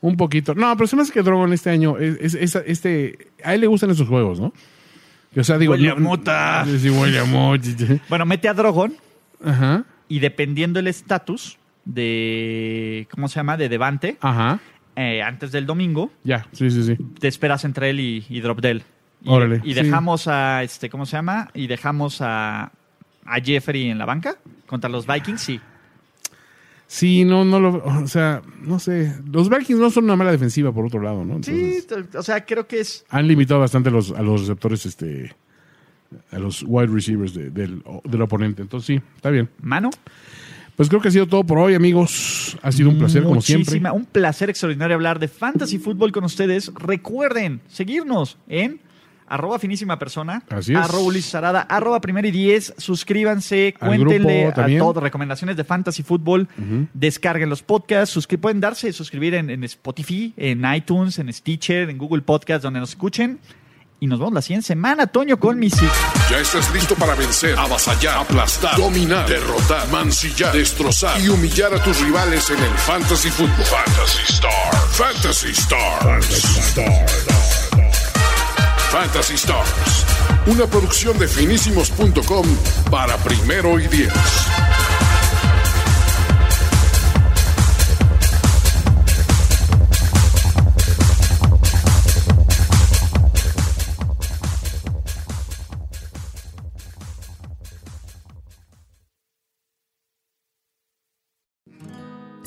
[SPEAKER 2] Un poquito. No, pero se me hace que Drogon este año, es, es- es- este, a él le gustan esos juegos, ¿no? O sea, digo,
[SPEAKER 3] Huele a
[SPEAKER 2] no-
[SPEAKER 3] mota.
[SPEAKER 2] Sí, huele a mota.
[SPEAKER 3] Bueno, mete a Drogon
[SPEAKER 2] Ajá.
[SPEAKER 3] y dependiendo el estatus de. ¿Cómo se llama? De Devante,
[SPEAKER 2] Ajá.
[SPEAKER 3] eh, antes del domingo,
[SPEAKER 2] Ya, sí, sí, sí.
[SPEAKER 3] te esperas entre él y, y Drop Dell. Y,
[SPEAKER 2] Órale,
[SPEAKER 3] y
[SPEAKER 2] sí.
[SPEAKER 3] dejamos a. este ¿Cómo se llama? Y dejamos a, a Jeffrey en la banca contra los Vikings, sí.
[SPEAKER 2] Sí, no, no lo, o sea, no sé. Los Vikings no son una mala defensiva por otro lado, ¿no? Entonces-
[SPEAKER 3] Sí, t- o sea, creo que es.
[SPEAKER 2] han limitado bastante los, a los receptores, este, a los wide receivers de- del, del oponente. Entonces, sí, está bien.
[SPEAKER 3] Mano,
[SPEAKER 2] Pues creo que ha sido todo por hoy, amigos. Ha sido un placer, como siempre.
[SPEAKER 3] Muchísima- Un placer extraordinario hablar de fantasy fútbol con ustedes. Recuerden seguirnos en arroba finísima persona,
[SPEAKER 2] Así es.
[SPEAKER 3] arroba Ulises Arada, arroba primero y diez. Suscríbanse,
[SPEAKER 2] Al grupo
[SPEAKER 3] cuéntenle a
[SPEAKER 2] también.
[SPEAKER 3] todos recomendaciones de fantasy fútbol. Descarguen los podcasts, suscri- pueden darse, suscribir en, en Spotify, en iTunes, en Stitcher, en Google Podcast, donde nos escuchen. Y nos vemos la siguiente semana, Toño, con mis
[SPEAKER 1] Ya estás listo para vencer, avasallar, aplastar, dominar, derrotar, mancillar, destrozar y humillar a tus rivales en el Fantasy Football. Fantasy Star. Fantasy Stars. Fantasy Stars. Una producción de finísimos.com para primero y diez.